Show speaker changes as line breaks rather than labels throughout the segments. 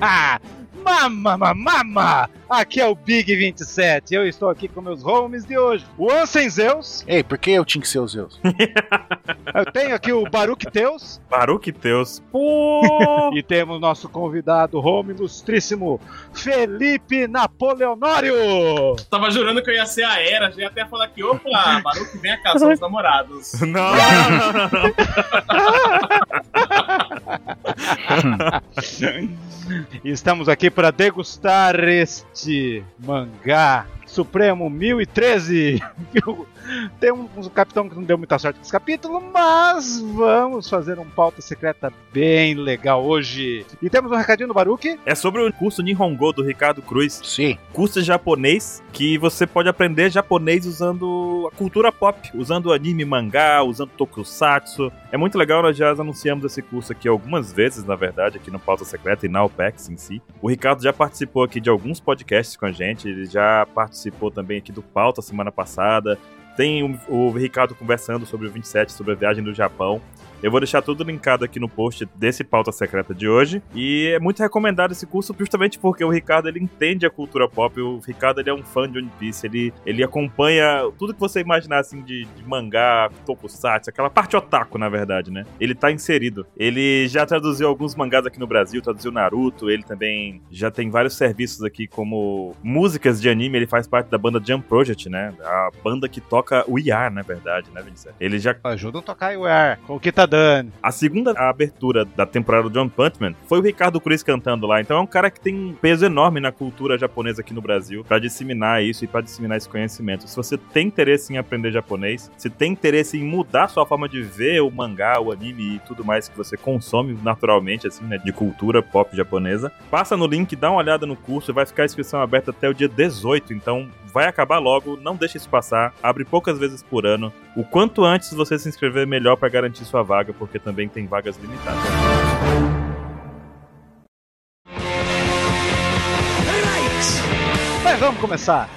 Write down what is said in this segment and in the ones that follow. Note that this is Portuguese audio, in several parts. Ah, mama, mama, mama! Aqui é o Big 27 eu estou aqui com meus homies de hoje. O Ansem Zeus,
Ei, por que eu tinha que ser o Zeus?
eu tenho aqui o Baruch Teus
Baruque Teus. Pô!
e temos nosso convidado, home ilustríssimo, Felipe Napoleonório!
Tava jurando que eu ia ser a Era, já ia até falar que, opa, Baruque vem a casar os namorados.
não, não, não, não.
E Estamos aqui para degustar este mangá Supremo 1013. Tem um, um capitão que não deu muita sorte com esse capítulo, mas vamos fazer um pauta secreta bem legal hoje. E temos um recadinho do Baruque.
É sobre o curso Nihongo do Ricardo Cruz.
Sim.
Curso de japonês que você pode aprender japonês usando a cultura pop, usando anime, mangá, usando tokusatsu. É muito legal, nós já anunciamos esse curso aqui algumas vezes, na verdade, aqui no Pauta Secreta e na OPEX em si. O Ricardo já participou aqui de alguns podcasts com a gente, ele já participou também aqui do Pauta semana passada. Tem o, o Ricardo conversando sobre o 27, sobre a viagem do Japão. Eu vou deixar tudo linkado aqui no post desse pauta secreta de hoje. E é muito recomendado esse curso justamente porque o Ricardo ele entende a cultura pop. O Ricardo ele é um fã de One Piece, ele, ele acompanha tudo que você imaginar assim de, de mangá, tokusatsu, aquela parte otaku, na verdade, né? Ele tá inserido. Ele já traduziu alguns mangás aqui no Brasil, traduziu Naruto, ele também já tem vários serviços aqui como músicas de anime, ele faz parte da banda Jump Project, né? A banda que toca o IAR, na verdade, né, Vincent? Ele já
Ajudam a tocar o ar com o tá Kitadani.
a segunda abertura da temporada do One Punch Man foi o Ricardo Cruz cantando lá. Então é um cara que tem um peso enorme na cultura japonesa aqui no Brasil pra disseminar isso e pra disseminar esse conhecimento. Se você tem interesse em aprender japonês, se tem interesse em mudar sua forma de ver o mangá, o anime e tudo mais que você consome naturalmente, assim, né, de cultura pop japonesa, passa no link, dá uma olhada no curso, vai ficar a inscrição aberta até o dia 18, então vai acabar logo, não deixa isso passar, abre poucas vezes por ano. O quanto antes você se inscrever, melhor pra garantir sua vaga, porque também tem vagas limitadas.
Mas vamos começar.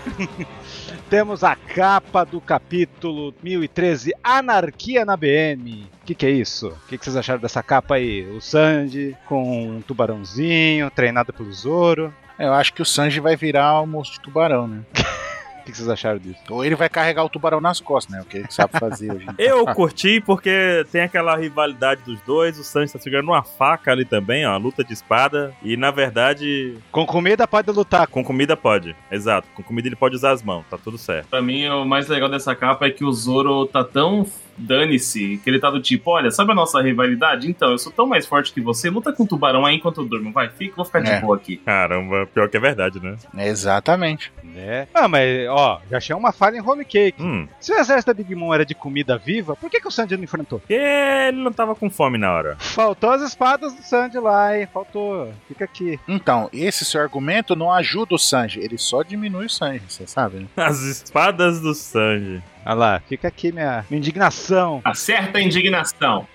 Temos a capa do capítulo 1013, Anarquia na BM. O que, que é isso? O que, que vocês acharam dessa capa aí? O Sandy com um tubarãozinho, treinado pelo Zoro.
Eu acho que o Sanji vai virar o monstro de tubarão, né?
O que, que vocês acharam disso?
Ou ele vai carregar o tubarão nas costas, né? O que ele sabe fazer hoje. em dia.
Eu curti porque tem aquela rivalidade dos dois, o Sanji tá segurando uma faca ali também, ó, luta de espada, e na verdade,
Com comida pode lutar.
com comida pode. Exato, com comida ele pode usar as mãos, tá tudo certo.
Pra mim, o mais legal dessa capa é que o Zoro tá tão dane-se, que ele tá do tipo, olha, sabe a nossa rivalidade? Então, eu sou tão mais forte que você, luta com o tubarão aí enquanto eu durmo, vai, fica, vou ficar de
É.
boa aqui.
Caramba, pior que é verdade, né?
Exatamente.
Né? Ah, mas ó, já achei uma falha em home cake.
Hum.
Se o exército da Big Mom era de comida viva, por que, que o Sandy não enfrentou?
E ele não tava com fome na hora.
Faltou as espadas do Sandy lá, hein? Faltou. Fica aqui.
Então, esse seu argumento não ajuda o Sanji, ele só diminui o Sanji, você sabe, né?
As espadas do Sanji.
Olha lá, fica aqui minha, minha indignação.
Acerta a indignação.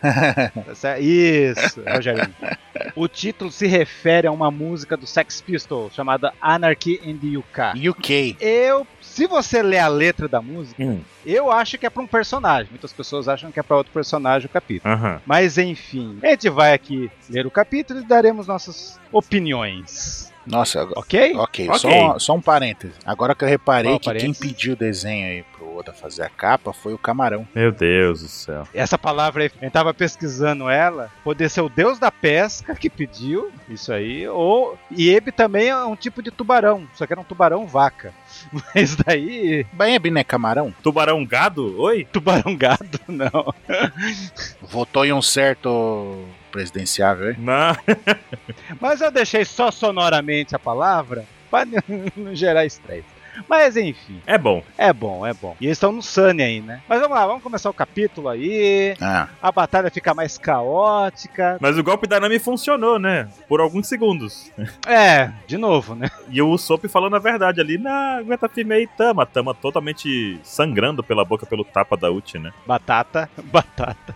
Tá certo? Isso, Rogerinho. O título se refere a uma música do Sex Pistols chamada Anarchy in the UK.
UK.
Eu, se você ler a letra da música,
Hum.
eu acho que é pra um personagem. Muitas pessoas acham que é pra outro personagem o capítulo.
Aham.
Mas enfim, a gente vai aqui ler o capítulo e daremos nossas opiniões.
Nossa, agora.
Ok?
Ok,
Ok.
Só, um, só um parêntese. Agora que eu reparei
Qual
que quem
parêntese?
pediu o desenho aí pro Oda fazer a capa foi o camarão.
Meu Deus do céu.
Essa palavra aí, eu tava pesquisando ela, poder ser o deus da pesca que pediu, isso aí, ou Iebe também é um tipo de tubarão, só que era um tubarão vaca. Mas daí,
Baeb, né, camarão?
Tubarão gado? Oi?
tubarão gado, não.
Votou em um certo presidenciável, hein?
Não.
Mas eu deixei só sonoramente a palavra pra não gerar estresse. Mas enfim,
É bom.
é bom, é bom. E eles estão no Sunny aí, né? Mas vamos lá, vamos começar o capítulo aí.
Ah,
A batalha fica mais caótica.
Mas o golpe da Nami funcionou, né? Por alguns segundos.
É, de novo, né?
E o Usopp falando a verdade ali, na aguenta firme aí, Tama. Tama totalmente sangrando pela boca pelo tapa da Uchi, né?
Batata, batata.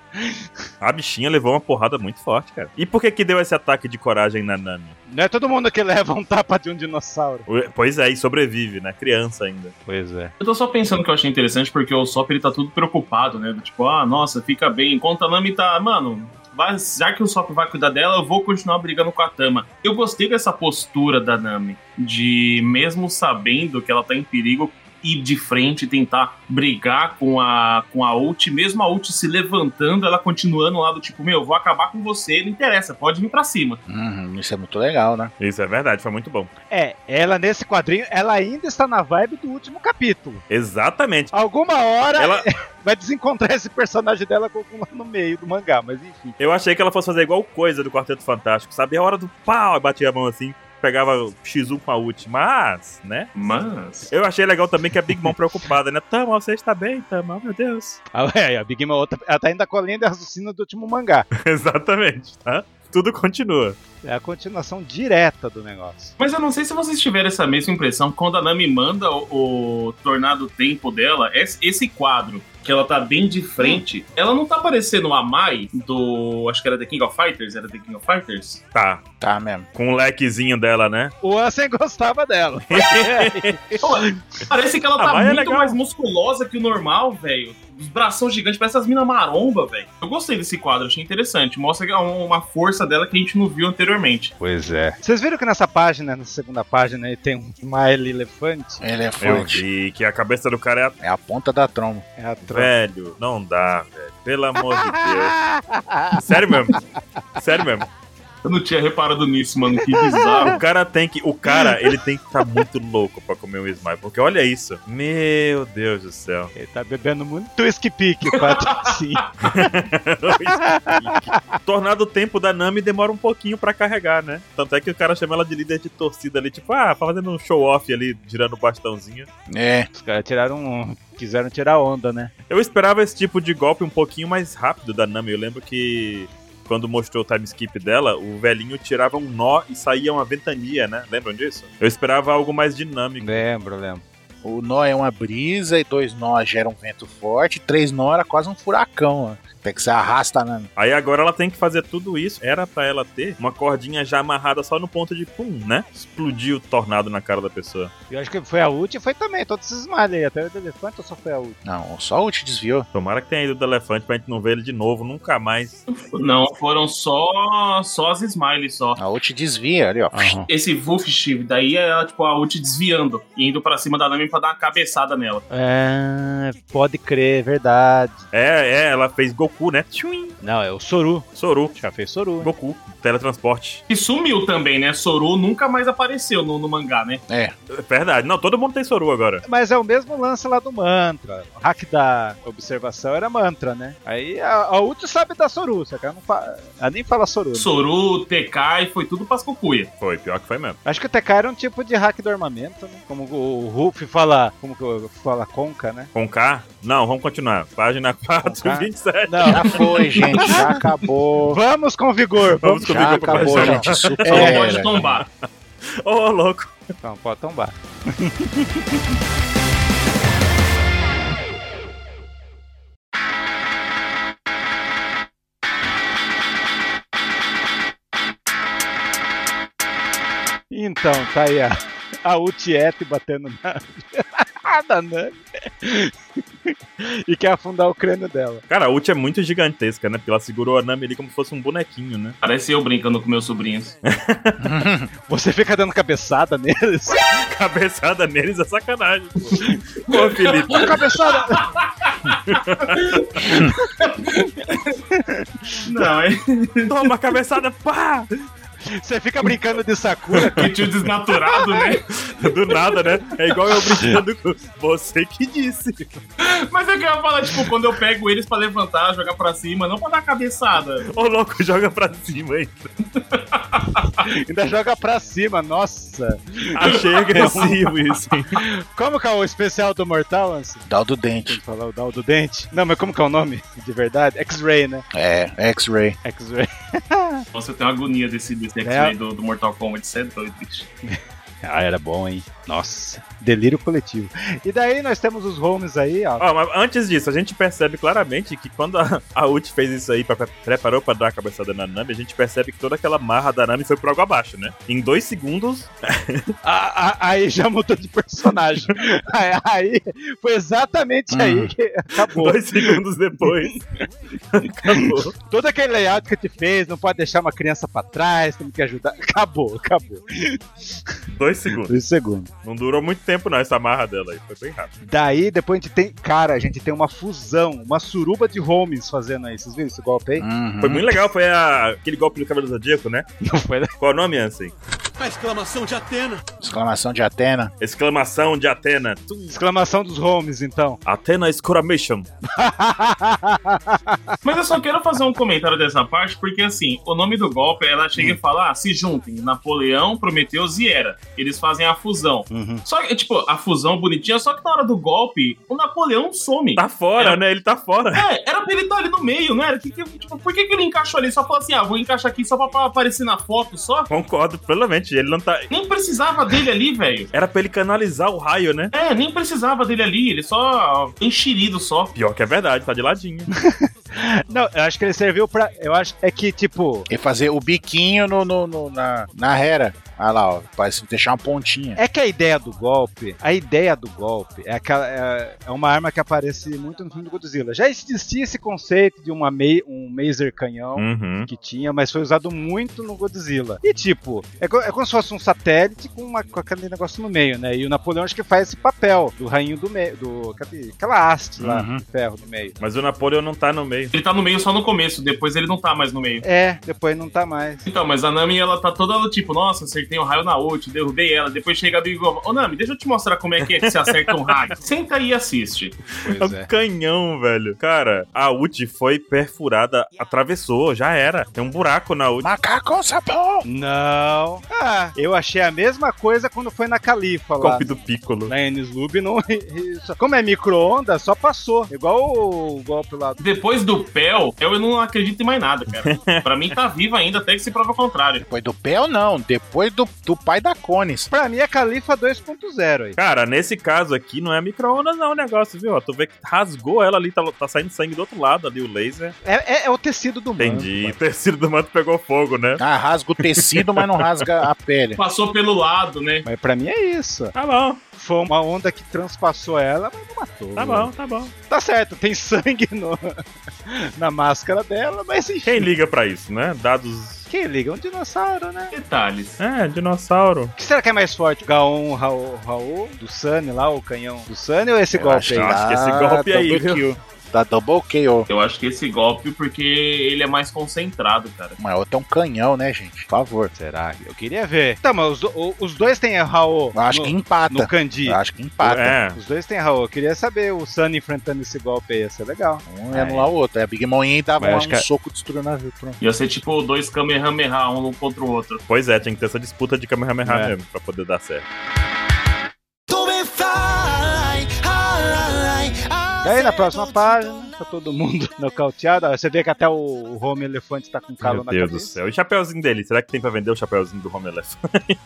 A bichinha levou uma porrada muito forte, cara. E por que que deu esse ataque de coragem na Nami?
Não é todo mundo que leva um tapa de um dinossauro.
Ui, Pois é, e sobrevive, né? Criança ainda.
Pois é.
Eu tô só pensando que eu achei interessante porque o Sop ele tá tudo preocupado, né? Do Tipo, ah, nossa, fica bem. Enquanto a Nami tá, mano, vai- já que o Sop vai cuidar dela, eu vou continuar brigando com a Tama. Eu gostei dessa postura da Nami, de mesmo sabendo que ela tá em perigo, ir de frente e tentar brigar com a, com a ult, mesmo a ult se levantando, ela continuando lá do tipo, meu, vou acabar com você, não interessa, pode vir pra cima.
Uhum, isso é muito legal, né?
Isso é verdade, foi muito bom.
É, ela nesse quadrinho, ela ainda está na vibe do último capítulo.
Exatamente.
Alguma hora
Ela,
vai desencontrar esse personagem dela com algum lá no meio do mangá, mas enfim.
eu achei que ela fosse fazer igual coisa do Quarteto Fantástico, sabe? A hora do pau, batia a mão assim, pegava o X1 com a ult. Mas, né?
Mas.
Eu achei legal também que a Big Mom preocupada, né? Tama, você está bem, Tama? Oh, meu Deus.
Ah, é, a Big Mom, outra- ela tá ainda com a linha de raciocínio do último mangá.
Exatamente, tá? Tudo continua.
É a continuação direta do negócio.
Mas eu não sei se vocês tiveram essa mesma impressão quando a Nami manda o, o Tornado Tempo dela, esse, esse quadro, que ela tá bem de frente, ela não tá parecendo a Mai do. Acho que era The King of Fighters? Era The King of Fighters?
Tá,
Tá mesmo.
com o lequezinho dela, né?
O Ansem gostava dela.
Parece que ela
A
tá
Mai é
muito
legal.
mais musculosa que o normal, velho. Os bração gigantes, parece as minas maromba, velho. Eu gostei desse quadro, achei interessante. Mostra que é um- uma força dela que a gente não viu anteriormente.
Pois é. Vocês viram que nessa página, nessa segunda página, aí tem um Smile Elefante?
é
Eu
Elefante.
vi que a cabeça do cara é a...
É a ponta da tromba.
É a troca.
Velho, não dá, velho. Pelo amor de Deus.
É.
Sério mesmo. Sério mesmo. Ah,
Eu não tinha reparado nisso, mano. Que bizarro.
O cara tem que. O cara, ele tem que estar muito louco pra comer um smile. Porque olha isso. Meu Deus do céu.
Ele tá bebendo muito whisky pique, Pato. Sim.
Tornado o tempo da Nami demora um pouquinho pra carregar, né? Tanto é que o cara chama ela de líder de torcida ali, tipo, ah, fazendo um show-off ali, girando o bastãozinho.
É.
Os caras tiraram um. Quiseram tirar onda, né?
Eu esperava esse tipo de golpe um pouquinho mais rápido da Nami. Eu lembro que quando mostrou o time skip dela, o velhinho tirava um nó e saía uma ventania, né? Lembram disso? Eu esperava algo mais dinâmico.
Lembro, lembro.
O nó é uma brisa e dois nós geram um vento forte. Três nó era quase um furacão, ó. Até que você arrasta, né?
Aí agora ela tem que fazer tudo isso. Era pra ela ter uma cordinha já amarrada só no ponto de pum, né? Explodir o tornado na cara da pessoa.
Eu acho que foi a última e foi também, todos esses males aí. Até o do elefante ou só foi a última?
Não, só o te desviou.
Tomara que tenha ido do elefante pra gente não ver ele de novo, nunca mais.
Não, foram só, só as smiles só.
A ult Ah, desvia ali, ó.
esse Wolf Shiv, daí é tipo a ult desviando e indo pra cima da Nami pra dar uma cabeçada nela.
É, pode crer, verdade.
É, é, ela fez Goku, né? Tchuim.
Não, é o Soru.
Soru.
Já fez Soru. hein?
Goku. Teletransporte.
E sumiu também, né? Soru nunca mais apareceu no, no mangá, né?
É Verdade. Não, todo mundo tem Soru agora.
Mas é o mesmo lance lá do mantra. O hack da observação era mantra, né? Aí a, a Uchi sabe da Soru, só que ela, não fa... ela nem fala Soru. né?
Soru, TK e foi tudo pras cucuia.
Foi, pior que foi mesmo.
Acho que o TK era um tipo de hack do armamento, né? Como o Ruff fala. Como que eu- fala Conca, né?
Com K? Não, vamos continuar. Página 4,
K?
27.
Não.
Já foi, gente. Já acabou.
Vamos com vigor, vamos.
Vamos com
Já
vigor pra
acabou,
começar.
gente. É, Supera.
Soru pode tombar.
Ô, louco.
Então, pode tombar. Então, tá aí a, a Utiete batendo na, na Nami. e quer afundar o crânio dela.
Cara, a ult é muito gigantesca, né? Porque ela segurou a Nami ali como se fosse um bonequinho, né?
Parece eu brincando com meus sobrinhos.
Você fica dando cabeçada neles?
Cabeçada neles é sacanagem. Pô, Pô Felipe.
cabeçada!
Não, é
Toma, cabeçada, pá!
Você fica brincando de Sakura?
que tio desnaturado, né?
Do nada, né? É igual eu brincando com você que disse.
Mas é que eu ia falar, tipo, quando eu pego eles pra levantar, jogar pra cima, não pra dar cabeçada.
Ô, louco, joga pra cima aí.
Ainda joga pra cima, nossa!
Achei agressivo isso, hein?
Como que é o especial do Mortal, Anson?
Dá o do dente.
Tem que falar o Dal do Dente. Não, mas como que é o nome de verdade? X-Ray, né?
É, X-Ray.
X-Ray.
Nossa, eu tenho agonia desse, desse X-Men do, do Mortal Kombat, isso é doido, bicho.
Ah, era bom, hein? Nossa, delírio coletivo. E daí nós temos os homes aí, ó.
Ó, mas antes disso, a gente percebe claramente que quando a, a Uchi fez isso aí, pra, preparou pra dar a cabeçada na Nami, a gente percebe que toda aquela marra da Nami foi por água abaixo, né? Em dois segundos,
A- a- aí já mudou de personagem. aí, aí foi exatamente aí que acabou.
dois segundos depois, acabou.
Todo aquele layout que te fez, não pode deixar uma criança pra trás, tem que ajudar. Acabou, acabou.
Dois segundos.
Dois segundos.
Não durou muito tempo, não, essa marra dela aí. Foi bem rápido.
Daí depois a gente tem. Cara, a gente tem uma fusão, uma suruba de homes fazendo aí. Vocês viram esse golpe aí?
Uhum.
Foi muito legal, foi a- aquele golpe do Cavaleiro Zodíaco, né?
Não foi
Qual é o nome, Ansem?
A exclamação de Atena!
Exclamação de Atena.
Exclamação de Atena.
Exclamação dos homes, então.
Atena Exclamation.
Mas eu só quero fazer um comentário dessa parte, porque assim, o nome do golpe, ela chega e fala: ah, se juntem, Napoleão, Prometeus e Hera. Eles fazem a fusão. Só que, tipo, a fusão bonitinha, só que na hora do golpe, o Napoleão some.
Tá fora, né? Ele tá fora.
É, era pra ele estar ali no meio, não era? Que, que- tipo, por que, que ele encaixou ali? Só falou assim: ah, vou encaixar aqui só pra, pra aparecer na foto só?
Concordo plenamente. Ele não tá.
Nem precisava dele ali, velho.
Era pra ele canalizar o raio, né?
É, nem precisava dele ali, ele só enxerido só.
Pior que é verdade, tá de ladinho.
Não, eu acho que ele serviu pra. Eu acho. É que, tipo.
E fazer o biquinho no, no- no- na, na Hera. Olha lá, ó. Parece deixar uma pontinha.
É que a ideia do golpe, a ideia do golpe é, aquela, é, é uma arma que aparece muito no filme do Godzilla. Já existia esse conceito de uma mei- um laser canhão,
Uhum.
que tinha, mas foi usado muito no Godzilla. E tipo, é, co- é como se fosse um satélite com, uma- com aquele negócio no meio, né? E o Napoleão acho que faz esse papel do rainho do meio, do aquele- aquela haste lá
Uhum.
de ferro no meio.
Mas o Napoleon não tá no meio.
Ele tá no meio só no começo, depois ele não tá mais no meio.
É, depois não tá mais.
Então, mas a Nami, ela tá toda tipo, nossa, acertei um raio na ult, derrubei ela. Depois chega a Igor, ô Nami, deixa eu te mostrar como é que é que se acerta um raio. Senta aí e assiste.
É um canhão, velho. Cara, a Uchi foi perfurada, atravessou, já era. Tem um buraco na Uchi.
Macaco sapão!
Não. Ah, eu achei a mesma coisa quando foi na Califa lá.
Golpe do Piccolo.
Na Enislub não. isso- Como é micro-onda, só passou. Igual o golpe lá. do-
Depois do Pel, eu não acredito em mais nada, cara. Pra mim tá viva ainda, até que se prova o contrário.
Depois do Pel, não. Depois do, do pai da Cones.
Pra mim é Califa 2.0 aí.
Cara, nesse caso aqui não é micro-ondas, não, o negócio, viu? Ó, Tu vê que rasgou ela ali, tá, tá saindo sangue do outro lado ali, o laser.
É, é- é o tecido do mundo.
Entendi. O terceiro do manto pegou fogo, né?
Ah, rasga o tecido, mas não rasga a pele.
Passou pelo lado, né?
Mas pra mim é isso.
Tá bom,
Foi uma onda que transpassou ela, mas não matou.
tá bom, tá bom.
Tá certo, tem sangue no- na máscara dela, mas enfim.
Quem liga pra isso, né? Dados.
Quem liga? Um dinossauro, né?
Detalhes.
É, dinossauro.
O que será que é mais forte? O Gaon Raul, Raul do Sunny lá, o canhão do Sunny ou esse
Eu
golpe
achei
aí?
acho que esse
da
golpe aí,
double
viu?
kill. Da double KO.
Eu acho que esse golpe, porque ele é mais concentrado, cara.
Mas outro é um canhão, né, gente? Por favor.
Será? Eu queria ver. Então, mas os, o- os dois têm Raul
Eu acho
no,
que Ah. empata.
no Kandi.
Eu acho que empata.
É.
Os dois têm Raul. Eu queria saber o Sunny enfrentando esse golpe aí. Ia ser legal.
Um ia anular o outro. Aí a Big Mom ia e dava
Mas
um,
acho que a-
soco destruindo o navio. Pronto.
Ia ser tipo dois Kamehameha um contra o outro.
Pois é, tem que ter essa disputa de Kamehameha
É.
mesmo pra poder dar certo.
Daí na próxima página, tá todo mundo nocauteado. Ó, Você vê que até o, o Home Elefante tá com calo
Meu
na
Deus do
cabeça.
céu. E o chapéuzinho dele? Será que tem pra vender o chapéuzinho do Home Elefante?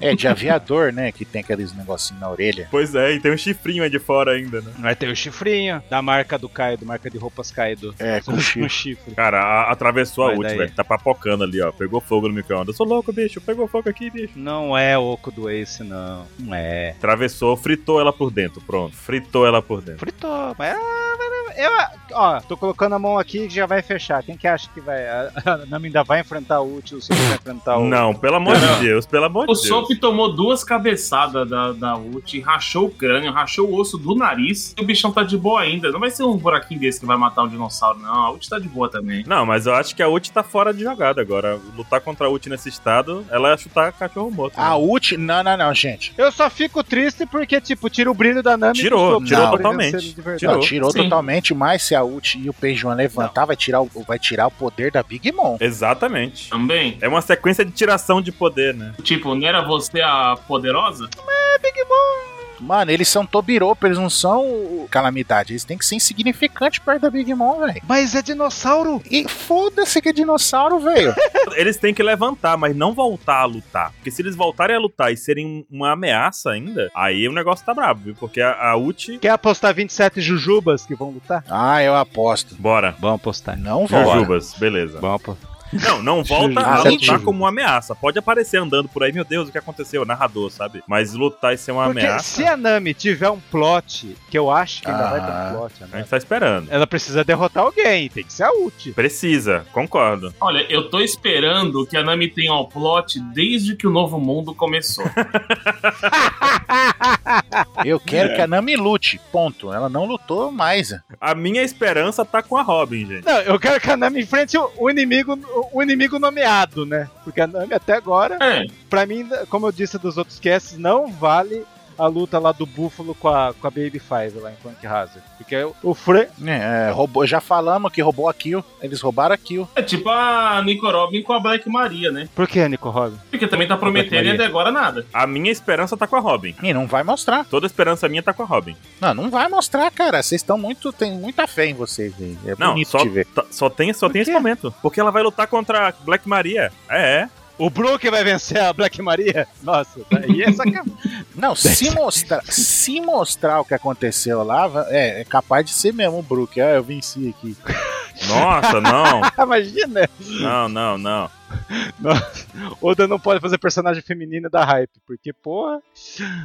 É, de aviador, né? Que tem aqueles negocinhos na orelha.
pois é, e tem um chifrinho aí de fora ainda, né?
Vai ter o chifrinho da marca do Kaido, marca de roupas Kaido.
É, com
Um
chifre.
chifre.
Cara, a- atravessou a
Vai
última,
daí.
velho. Tá papocando ali, ó. Pegou fogo no micro-ondas. Eu sou louco, bicho. Pegou fogo aqui, bicho.
Não é oco do Ace, não. Não é.
Atravessou, fritou ela por dentro. Pronto, fritou ela por dentro.
Fritou, mas. ah, Eu, ó, tô colocando a mão aqui e já vai fechar. Quem que acha que vai. A, a Nami ainda vai enfrentar o útil, se vai enfrentar o.
Não, pelo amor de Deus, pelo amor
O
de Deus.
Sop tomou duas cabeçadas da, da Ult, rachou o crânio, rachou o osso do nariz e o bichão tá de boa ainda. Não vai ser um buraquinho desse que vai matar um dinossauro, não. A Ult tá de boa também.
Não, mas eu acho que a Ult tá fora de jogada agora. Lutar contra a Ult nesse estado, ela ia chutar cachorro morto. né?
Ah,
A ult. Não, não, não, gente.
Eu só fico triste porque, tipo, tira o brilho da Nami.
Tirou,
do Sop, tá?
tirou
Brilhando
totalmente.
sendo de verdade.
Tirou.
Não, tirou
Sim.
totalmente, mas se a ult e o Peijuan levantar, vai tirar, o, vai tirar o poder da Big Mom.
Exatamente.
Também.
É uma sequência de tiração de poder, né?
Tipo, não era você a poderosa?
Big Mom.
Mano, eles são Tobiropo, eles não são o calamidade. Eles têm que ser insignificante perto da Big Mom, velho.
Mas é dinossauro!
E foda-se que é dinossauro, velho.
Eles têm que levantar, mas não voltar a lutar. Porque se eles voltarem a lutar e serem um- uma ameaça ainda, aí o negócio tá brabo, viu? Porque a, a Uchi.
Quer apostar 27 jujubas que vão lutar?
ah, eu aposto.
Bora.
Vamos apostar. né?
Não volta.
Jujubas, beleza.
Vamos apostar.
Não, não volta a
Jujuba.
lutar como uma ameaça. Pode aparecer andando por aí, meu Deus, o que aconteceu? Narrador, sabe? Mas lutar e ser uma
Porque
ameaça,
se a Nami tiver um plot, que eu acho que ainda vai ter
Ah.
um plot, a
a
Nami,
gente tá esperando.
ela precisa derrotar alguém, tem que ser a ult.
Precisa, concordo.
Olha, eu tô esperando que a Nami tenha um plot desde que o Novo Mundo começou.
Eu quero
É.
que a Nami lute. Ponto. Ela não lutou mais. É,
A minha esperança tá com a Robin, gente.
Não, eu quero que a Nami enfrente o o inimigo, o- o inimigo nomeado, né? Porque a Nami até agora,
É,
pra mim, como eu disse dos outros casts, não vale a luta lá do Búfalo com a, com a Baby Five lá em Punk Hazard. Porque o- o Fran.
É, roubou, já falamos que roubou a kill. Eles roubaram a kill.
é tipo a Nico Robin com a Black Maria, né?
Por que, Nico Robin?
Porque também tá prometendo e
Maria.
até agora nada.
A minha esperança tá com a Robin.
E não vai mostrar.
Toda esperança minha tá com a Robin.
Não, não vai mostrar, cara. Vocês estão muito. Tem muita fé em vocês, velho. É
Não,
bonito
só,
de ver.
tá- só tem, só
Por
tem esse
quê?
momento. Porque ela vai lutar contra a Black Maria. É, é.
O Brook vai vencer a Black Maria? Nossa, aí é sacanagem.
Não, se mostrar, se mostrar o que aconteceu lá, va- é, é capaz de ser mesmo o Brook. Ah, eu venci aqui.
Nossa, não.
Imagina!
Não, não, não.
Oda não pode fazer personagem feminina da hype, porque, porra.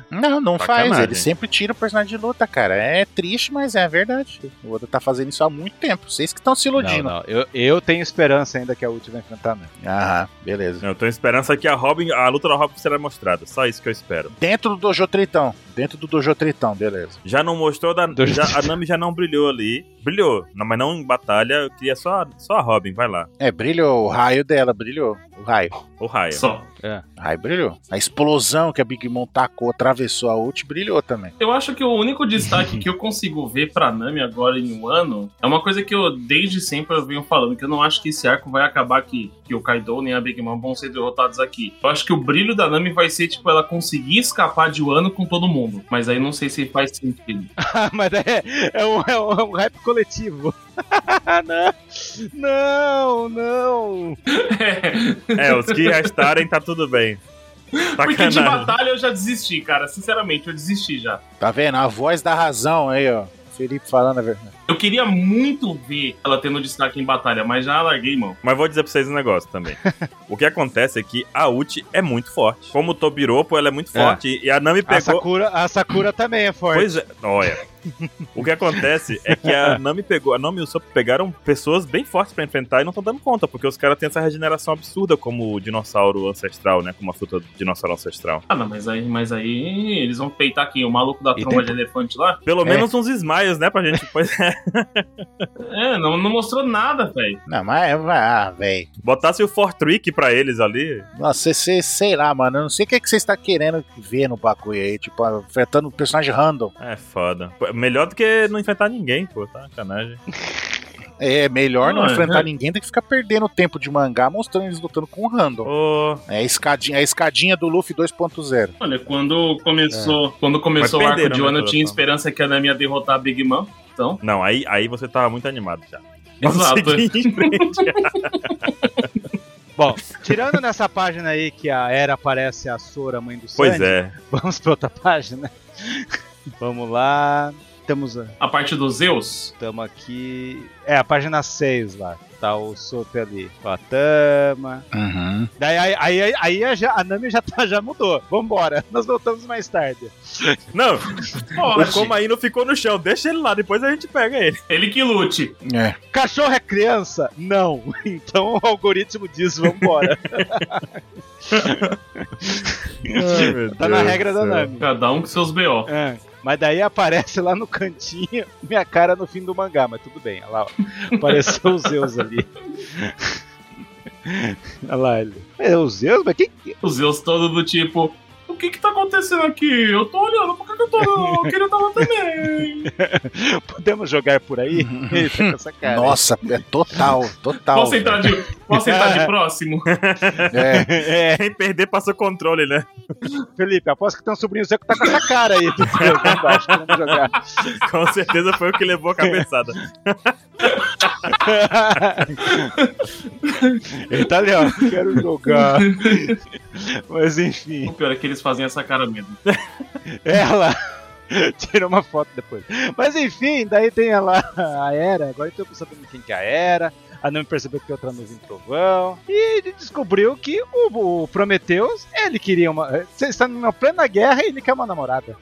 Não, não
Sacanagem.
faz. Ele sempre tira o personagem de luta, cara. É triste, mas é verdade. O Oda tá fazendo isso há muito tempo. Vocês que estão se iludindo.
Eu, eu tenho esperança ainda que a ult vai enfrentar, né?
Aham, Ah, beleza.
Eu tenho esperança que a Robin, a luta da Robin será mostrada. Só isso que eu espero.
Dentro do Dojo Tritão. Dentro do Dojo Tritão, beleza.
Já não mostrou, da,
Do-
já- a Nami já não brilhou ali. Brilhou, não- mas não em batalha. Eu queria só, só a Robin, vai lá.
É, brilhou o raio dela, brilhou. O raio.
O Raia.
Só.
O raio brilhou. A explosão que a Big Mom tacou, atravessou a ult, brilhou também.
Eu acho que o único destaque que eu consigo ver pra Nami agora em um ano é uma coisa que eu desde sempre eu venho falando, que eu não acho que esse arco vai acabar que, que o Kaido nem a Big Mom vão ser derrotados aqui. Eu acho que o brilho da Nami vai ser, tipo, ela conseguir escapar de Wano com todo mundo. Mas aí não sei se faz sentido.
Ah, mas é, é, um, é, um, é um hype coletivo. não, não, não.
É, os que restarem tá tudo bem.
Porque de
Sacanagem.
batalha eu já desisti, cara. Sinceramente, eu desisti já.
Tá vendo? A voz da razão aí, ó. Felipe falando a verdade.
Eu queria muito ver ela tendo destaque em batalha, mas já larguei, mano.
Mas vou dizer pra vocês um negócio também. o que acontece é que a Uchi é muito forte. Como o Tobiropo, ela é muito
É.
forte. E a Nami
A
pegou.
Sakura, a Sakura também é forte.
Pois é, olha. o que acontece é que a Nami pegou, a Nami e o Sop pegaram pessoas bem fortes pra enfrentar e não estão dando conta, porque os caras têm essa regeneração absurda como o dinossauro ancestral, né? Como a fruta do dinossauro ancestral.
Ah, não, mas aí, mas aí eles vão peitar quem? O maluco da
E
tromba de elefante lá?
Pelo
É.
menos uns smiles, né, pra gente. Pois é.
É, não, não mostrou nada, velho.
Não, mas é. Ah, velho.
Botasse o Fortrick pra eles ali.
Nossa, você, sei lá, mano. Eu não sei o que é que você está querendo ver no bagulho aí. Tipo, afetando o personagem random.
É foda. Pô, Melhor do que não enfrentar ninguém, pô, tá? Sacanagem.
É melhor não
Ah,
enfrentar
é.
ninguém do que ficar perdendo tempo de mangá mostrando eles lutando com o random.
Ô,
É a escadinha, é a escadinha do Luffy 2.0.
Olha, quando começou, quando começou
Mas
o arco de
perderam, né,
Wano, eu tinha
coração.
esperança que a Nami ia derrotar a Big Mom. Então,
Não, aí, aí você tava muito animado já. Vamos
exato. é.
seguir em frente.
Bom,
é.
tirando nessa página aí que a Era aparece a Sora, mãe do
pois
Sanji,
é.
vamos pra outra página. vamos lá. Estamos,
A parte dos Zeus,
estamos aqui. É, a página 6 lá. Tá o Sop ali com a Tama.
Uhum.
Daí aí, aí, aí a, ja- a Nami já, tá- já mudou. Vambora, nós voltamos mais tarde.
Não,
Pode.
o Komaino ficou no chão. Deixa ele lá, depois a gente pega ele.
ele que lute.
É.
Cachorro é criança? Não. Então o algoritmo diz vambora. tá na regra da Nami.
Cada um com seus BO.
É. Mas daí aparece lá no cantinho minha cara no fim do mangá, mas tudo bem. Olha lá, ó. apareceu o Zeus ali. Olha lá ele. É o Zeus? Mas quem?
Os Zeus todo do tipo. O que que tá acontecendo aqui? Eu tô olhando, por que que eu tô olhando? Eu queria estar lá também.
Podemos jogar por aí? Ele tá com essa cara.
Nossa, é total, total.
Posso entrar, de, Posso sentar de próximo?
É,
É,
Quem perder passa o controle, né?
Felipe, aposto que tem um sobrinho seu que tá com essa cara aí do seu embaixo, querendo jogar.
Com certeza foi o que levou a cabeçada.
Ele tá ali, ó, quero jogar. Mas enfim.
O pior é que eles fazem essa cara mesmo.
Ela tirou uma foto depois. Mas enfim, daí tem ela, a Era. Agora eu tô sabendo quem que é a Era. A Nami percebeu que tem outra nuvem trovão. E ele descobriu que o, o Prometheus, ele queria uma. Você está numa plena guerra e ele quer uma namorada.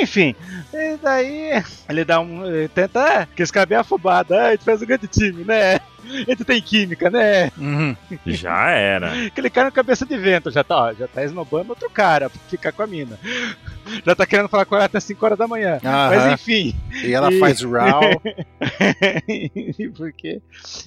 Enfim, e daí ele dá um. Ele tenta. Que esse cara é bem afobado. Ah, a gente faz um grande time, né? A gente tem química, né?
uhum.
Já era.
Aquele cara é cabeça de vento, já tá, ó, já tá esnobando outro cara pra ficar com a mina. Já tá querendo falar com ela até 5 horas da manhã. Mas
Aham.
enfim.
E ela
e-
faz raw.
E Por quê?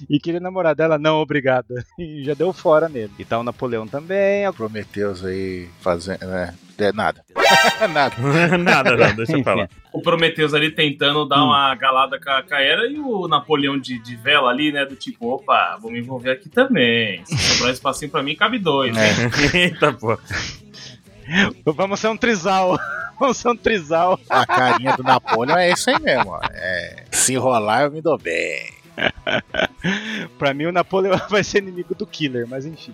E queria namorar dela, não, obrigada. E já deu fora nele. E tá o Napoleão também. a-
Prometeus aí fazendo. É, é nada. nada.
Nada, não, deixa pra lá.
O Prometheus ali tentando dar uma galada com a com a Hera e o Napoleão de, de vela ali, né? Do tipo, opa, vou me envolver aqui também. Se sobrar um espacinho pra mim, cabe dois. né?
É.
Eita, pô.
Vamos ser um trisal. Vamos ser um trisal.
A carinha do Napoleon é isso aí mesmo. ó. É, se enrolar, eu me dou bem.
Pra mim, o Napoleão vai ser inimigo do Killer, mas enfim.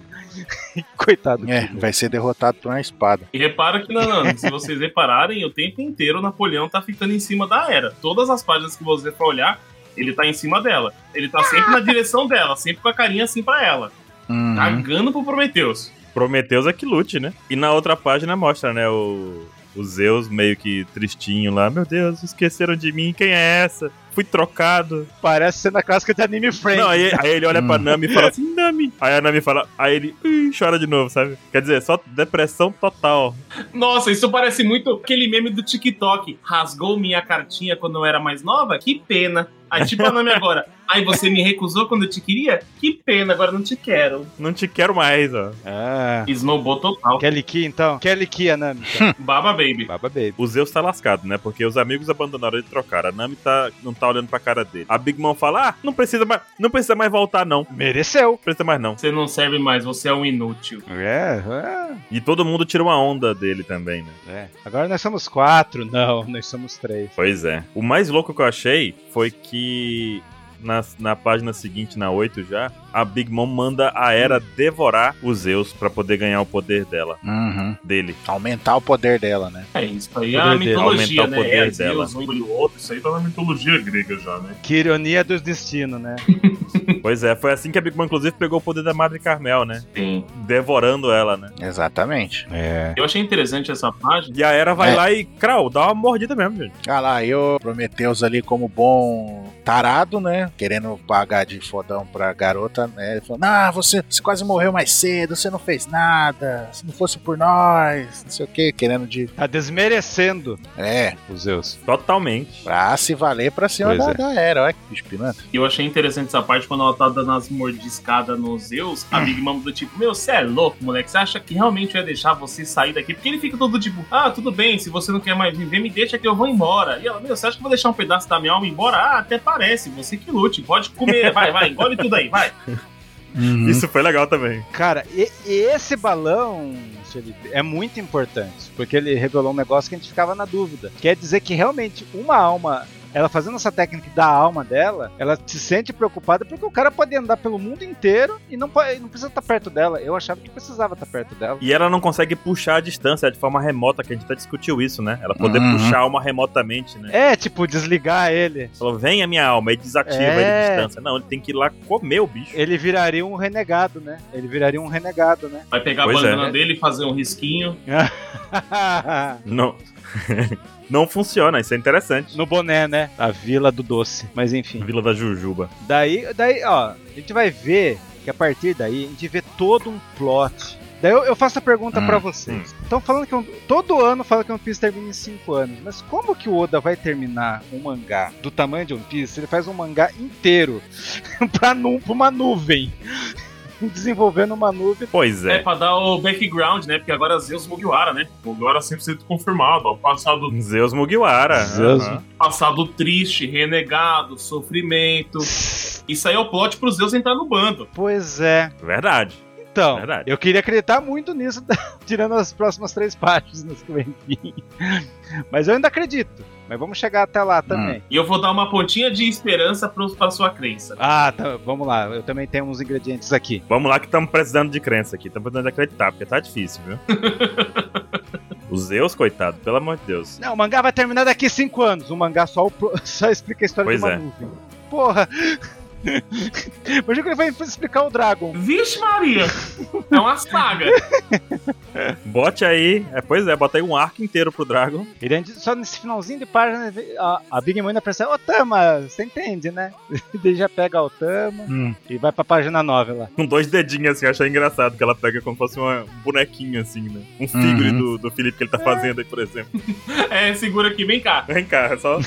Coitado. do
É,
Killer.
vai ser derrotado por uma espada.
E repara que, não, não, se vocês repararem, o tempo inteiro o Napoleão tá ficando em cima da Hera. Todas as páginas que você for olhar, ele tá em cima dela. Ele tá sempre na direção dela, sempre com a carinha assim pra ela.
Uhum.
Cagando pro Prometheus.
Prometeus é que lute, né? E na outra página mostra, né, o, o Zeus meio que tristinho lá. Meu Deus, esqueceram de mim, quem é essa? Fui trocado.
Parece cena clássica de anime Friends.
Não, aí, aí ele olha pra
Hum.
Nami e fala assim, Nami. Aí a Nami fala, aí ele "Ih", chora de novo, sabe? Quer dizer, só depressão total.
Nossa, isso parece muito aquele meme do TikTok. Rasgou minha cartinha quando eu era mais nova? Que pena. Aí, tipo, a Nami agora. Aí você me recusou quando eu te queria? Que pena, agora não te quero.
Não te quero mais, ó.
Ah,
Snowball total.
Kelly Ki, então. Kelly Ki, Anami. então.
Baba Baby.
Baba Baby.
O Zeus tá lascado, né? Porque os amigos abandonaram ele e trocaram. A Nami tá, não tá olhando pra cara dele. A Big Mom fala, ah, não precisa mais, não precisa mais voltar, não. Não
Mereceu.
precisa mais, não.
Você não serve mais, você é um inútil.
É,
E todo mundo tira uma onda dele também, né?
é, é. Agora nós somos quatro. Não, nós somos três.
Pois é. O mais louco que eu achei foi que na, na página seguinte, na 8 já, a Big Mom manda a Era devorar o Zeus pra poder ganhar o poder dela,
Uhum.
dele.
Aumentar o poder dela, né?
É isso aí,
Poder
é a
dele,
mitologia,
aumentar o
né?
poder
É
dela.
Zeus, um e o outro, isso aí tá na mitologia grega já, né?
Que ironia dos destinos, né?
Pois é, foi assim que a Big Mom, inclusive, pegou o poder da Madre Carmel, né?
Sim.
Devorando ela, né?
Exatamente.
É.
Eu achei interessante essa página.
E a Era vai
É.
lá e, crau, dá uma mordida mesmo, gente.
Ah lá, eu Prometeus ali como bom tarado, né? Querendo pagar de fodão pra garota, né? Ele falou, ah, você, você quase morreu mais cedo, você não fez nada, se não fosse por nós, não sei o que, querendo de.
Tá desmerecendo
É,
os Zeus.
Totalmente.
pra se valer pra cima
Pois
da,
é.
da era, olha que bicho pilantra.
E eu achei interessante essa parte quando ela tá dando as mordiscadas no Zeus, a Big Mom do tipo, meu, você é louco, moleque, você acha que realmente eu ia deixar você sair daqui? Porque ele fica todo tipo, ah, tudo bem, se você não quer mais viver, me deixa que eu vou embora. E ela, meu, você acha que eu vou deixar um pedaço da minha alma embora? Ah, até parece, você que lute, pode comer, vai, vai, engole tudo aí, vai.
Uhum.
Isso-
Isso foi legal também.
Cara, e, e esse balão, Felipe, é muito importante, porque ele revelou um negócio que a gente ficava na dúvida. Quer dizer que realmente uma alma. Ela fazendo essa técnica da alma dela, ela se sente preocupada porque o cara pode andar pelo mundo inteiro e não, pode- não precisa estar perto dela. Eu achava que precisava estar perto dela.
E ela não consegue puxar a distância de forma remota, que a gente até discutiu isso, né? Ela poder
Uhum.
puxar alma remotamente, né?
É, tipo, desligar ele.
Falou, vem a minha alma, e desativa
É.
ele de distância. Não, ele tem que ir lá comer o bicho.
Ele viraria um renegado, né? Ele viraria um renegado, né?
Vai pegar
Pois
a
é.
bandana dele, fazer um risquinho.
Não. não funciona, isso é interessante.
no boné, né? A Vila do Doce. Mas enfim.
Vila da Jujuba.
Daí, daí, ó, a gente vai ver que a partir daí a gente vê todo um plot. Daí eu, eu faço a pergunta
Hum,
pra vocês. Estão falando que um- todo ano fala que One Piece termina em 5 anos, mas como que o Oda vai terminar um mangá do tamanho de One Piece? se Ele faz um mangá inteiro pra, nu, pra uma nuvem. Desenvolvendo uma nuvem.
Pois
É.
é.
pra dar o background, né? Porque agora Zeus Mugiwara, né? Mugiwara 100% confirmado, ó. Passado
Zeus
É,
Mugiwara.
Zeus.
aham.
passado triste, renegado, sofrimento. Isso aí é o plot pro Zeus entrar no bando.
Pois é.
Verdade.
Então,
Verdade.
eu queria acreditar muito nisso, tirando as próximas três páginas que vem. Mas eu ainda acredito. Mas vamos chegar até lá também.
Hum.
E eu vou dar uma pontinha de esperança pro, pra sua crença.
Ah, tá, vamos lá. Eu também tenho uns ingredientes aqui.
Vamos lá que estamos precisando de crença aqui. Estamos precisando de acreditar, porque tá difícil, viu? o Zeus, coitado, pelo amor de Deus.
Não, o mangá vai terminar daqui cinco anos. O mangá só, o pro- só explica a história
Pois
de uma
é.
nuvem. Porra! Imagina que ele vai explicar o Dragon.
Vixe, Maria! É uma saga.
Bote aí. É, pois é, bota aí um arco inteiro pro Dragon.
Ele ainda- só nesse finalzinho de página, a, a Big Mãe ainda percebe, ô Tama, você entende, né? Ele já pega o Tama e vai pra página 9 lá.
Com dois dedinhos assim, eu achei engraçado que ela pega como se fosse uma- um bonequinho assim, né? Um figure
Uhum.
do, do Felipe que ele tá fazendo aí, por exemplo.
É, segura aqui, vem cá.
Vem cá, é só.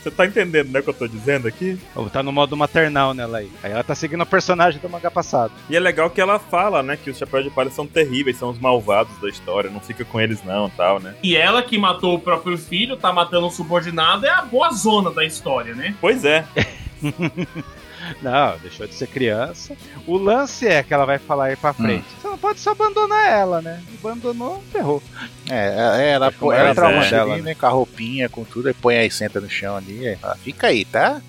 Você tá entendendo, né, o que eu tô dizendo aqui?
Ou tá no modo maternal nela aí. Aí ela tá seguindo o personagem do mangá passado.
E é legal que ela fala, né, que os chapéus de palha são terríveis, são os malvados da história, não fica com eles não, tal, né?
E ela que matou o próprio filho, tá matando um subordinado, é a boa zona da história, né?
Pois é.
Não, deixou de ser criança. O lance é que ela vai falar aí pra frente. Você não pode só abandonar ela, né? Abandonou, ferrou.
É, era,
como
era
era
o
trauma
trauma
dela,
dela, né? Com a roupinha, com tudo, aí põe aí, senta no chão ali. aí fala, Fica aí, tá?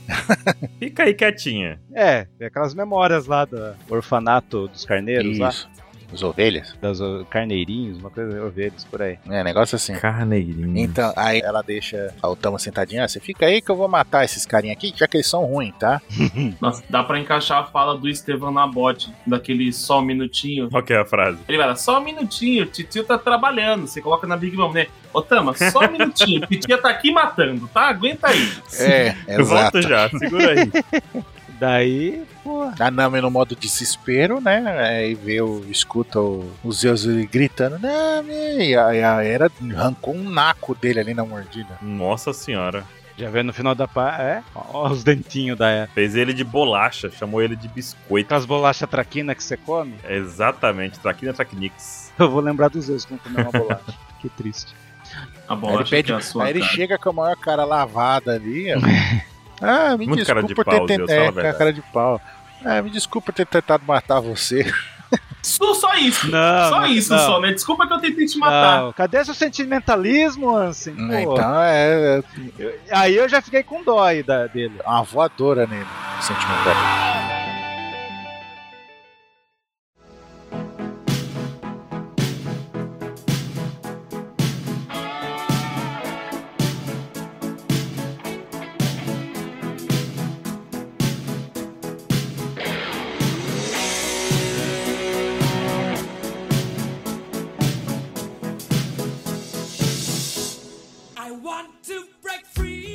Fica aí quietinha.
É, tem aquelas memórias lá do orfanato dos carneiros lá.
Os ovelhas?
Das o- carneirinhos, uma coisa, ovelhas por aí.
É, negócio assim.
Carneirinho.
Então, aí ela deixa a Otama sentadinha. "Ah, Você fica aí que eu vou matar esses carinha aqui, já que eles são ruins, tá?
Nossa, dá pra encaixar a fala do Estevão Nabote, daquele só um minutinho.
Qual que é a frase?
Ele vai lá, só um minutinho, titio tá trabalhando. Você coloca na Big Mom, né? Ô, Tama, só um minutinho, titia tá aqui matando, tá? Aguenta aí.
É, exato.
Volta já, segura aí.
Daí, pô.
A Nami no modo desespero, né? Aí vê o. escuta o, o Zeus gritando, Nami! E aí a Era arrancou um naco dele ali na mordida.
Nossa senhora.
Já vê no final da pá, é. Ó, os dentinhos da era.
Fez ele de bolacha, chamou ele de biscoito. É
Aquelas bolachas traquina que você come,
Exatamente, Traquina Traquinix.
eu vou lembrar dos Zeus quando comer uma bolacha. que triste.
A
Aí
bola
ele, pede,
é a sua
aí ele
cara.
chega com a maior cara lavada ali. ó. ah, me
Muito
desculpa
cara de
por
pau,
ter
Zeus,
tentado.
fala a
É, com a
verdade.
cara de pau. Ah, me desculpa por ter tentado matar você.
Só, só isso.
Não,
só
não,
isso,
não.
só, né? Desculpa que eu tentei te matar.
Não, cadê seu sentimentalismo, Ansem? Pô,
Então é, é
Aí eu já fiquei com dó aí da, dele.
uma voadora nele, sentimental.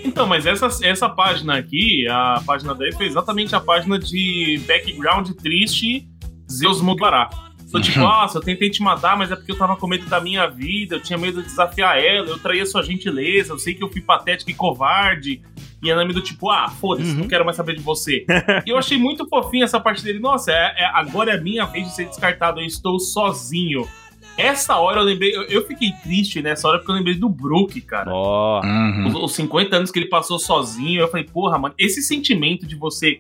Então, mas essa, essa página aqui, a página 10, foi exatamente a página de background triste Zeus Mudará. Foi tipo, nossa, eu tentei te matar, mas é porque eu tava com medo da minha vida, eu tinha medo de desafiar ela, eu traí a sua gentileza, eu sei que eu fui patético e covarde. E a Nami do tipo, ah, foda-se, não quero mais saber de você. e eu achei muito fofinho essa parte dele. Nossa, é- é- agora é a minha vez de ser descartado, eu estou sozinho. Essa hora eu lembrei, eu, eu fiquei triste nessa hora porque eu lembrei do Brook, cara.
Ó,
Uhum.
Os, os 50 anos que ele passou sozinho, eu falei, porra, mano, esse sentimento de você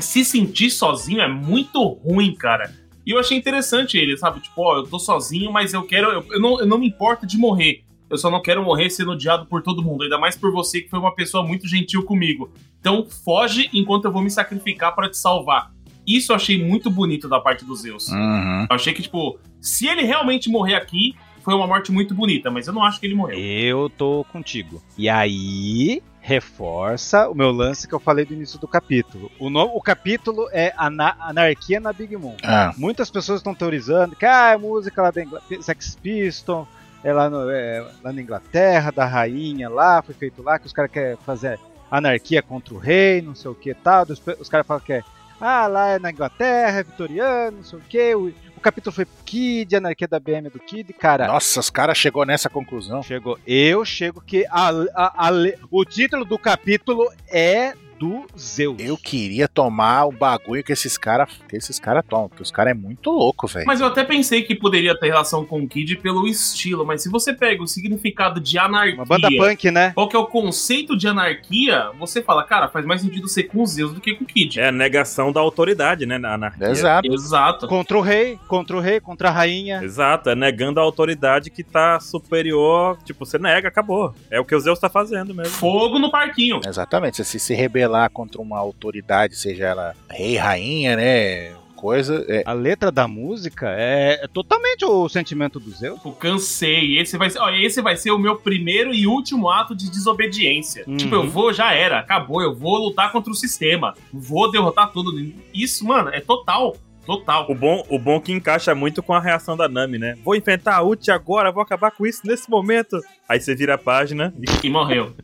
se sentir sozinho é muito ruim, cara. E eu achei interessante ele, sabe? Tipo, ó, eu tô sozinho, mas eu quero. Eu, eu não, eu não me importo de morrer. Eu só não quero morrer sendo odiado por todo mundo, ainda mais por você, que foi uma pessoa muito gentil comigo. Então foge enquanto eu vou me sacrificar pra te salvar. Isso eu achei muito bonito da parte dos Zeus.
Uhum.
Eu achei que, tipo, se ele realmente morrer aqui, foi uma morte muito bonita, mas eu não acho que ele morreu.
eu tô contigo. E aí, reforça o meu lance que eu falei do início do capítulo. O, no- o capítulo é Ana- Anarquia na Big Moon.
Ah.
Muitas pessoas estão teorizando que ah, é música lá da Ingl... Sex Piston, é lá, no- é lá na Inglaterra, da rainha lá, foi feito lá, que os caras querem fazer anarquia contra o rei, não sei o que e tal. Os, pe- os caras falam que é, ah, lá é na Inglaterra, é vitoriano, não sei o que. O, o capítulo foi Kid, anarquia da BM do Kid, cara.
Nossa, os caras chegou nessa conclusão.
Chegou. Eu chego que a- a- a le- o título do capítulo é do Zeus.
Eu queria tomar o bagulho que esses caras que esses cara tomam, porque os caras é muito louco, velho.
Mas eu até pensei que poderia ter relação com o Kid pelo estilo, mas se você pega o significado de anarquia,
Uma banda punk, né?
qual que é o conceito de anarquia, você fala, cara, faz mais sentido ser com o Zeus do que com o Kid.
É a negação da autoridade, né? Na anarquia.
Exato.
Exato.
Contra o rei, contra o rei, contra a rainha.
Exato, é negando a autoridade que tá superior. Tipo, você nega, acabou. É o que o Zeus tá fazendo mesmo.
Fogo no parquinho.
É.
Exatamente. Se se rebelar contra uma autoridade, seja ela rei, rainha, né? Coisa. É,
A letra da música é, é totalmente o sentimento do Zeus.
Tipo, cansei. Esse vai, ser, ó, esse vai ser o meu primeiro e último ato de desobediência.
Uhum.
Tipo, eu vou, já era, acabou. Eu vou lutar contra o sistema. Vou derrotar tudo. Isso, mano, é total. Total.
O bom, o bom que encaixa muito com a reação da Nami, né? Vou enfrentar a Uchi agora, vou acabar com isso nesse momento. Aí você vira a página
E morreu.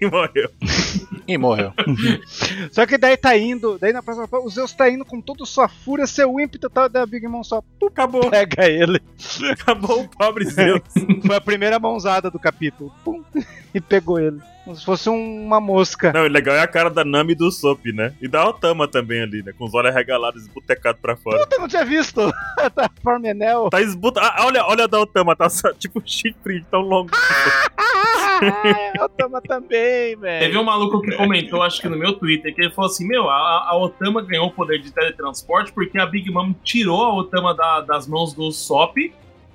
e morreu.
e morreu.
Só que daí tá indo, daí na próxima o Zeus tá indo com toda sua fúria, seu ímpeto, tá, da Big Mom só
Acabou,
pega ele.
acabou o pobre Zeus.
Foi a primeira mãozada do capítulo. Pum, e pegou ele. Como se fosse um- uma mosca.
Não, o legal é a cara da Nami e do Sop, né? E da Otama também ali, né? Com os olhos arregalados, esbutecados pra fora.
Puta, não tinha visto! tá Formenel.
Tá esbuta. Ah, olha, olha a da Otama, tá só, tipo chifre tão longo.
Ah, eu tamo também,
É,
velho.
Teve um maluco que comentou, acho que no meu Twitter, que ele falou assim: Meu, a, a Otama ganhou o poder de teletransporte porque a Big Mom tirou a Otama da- das mãos do Sop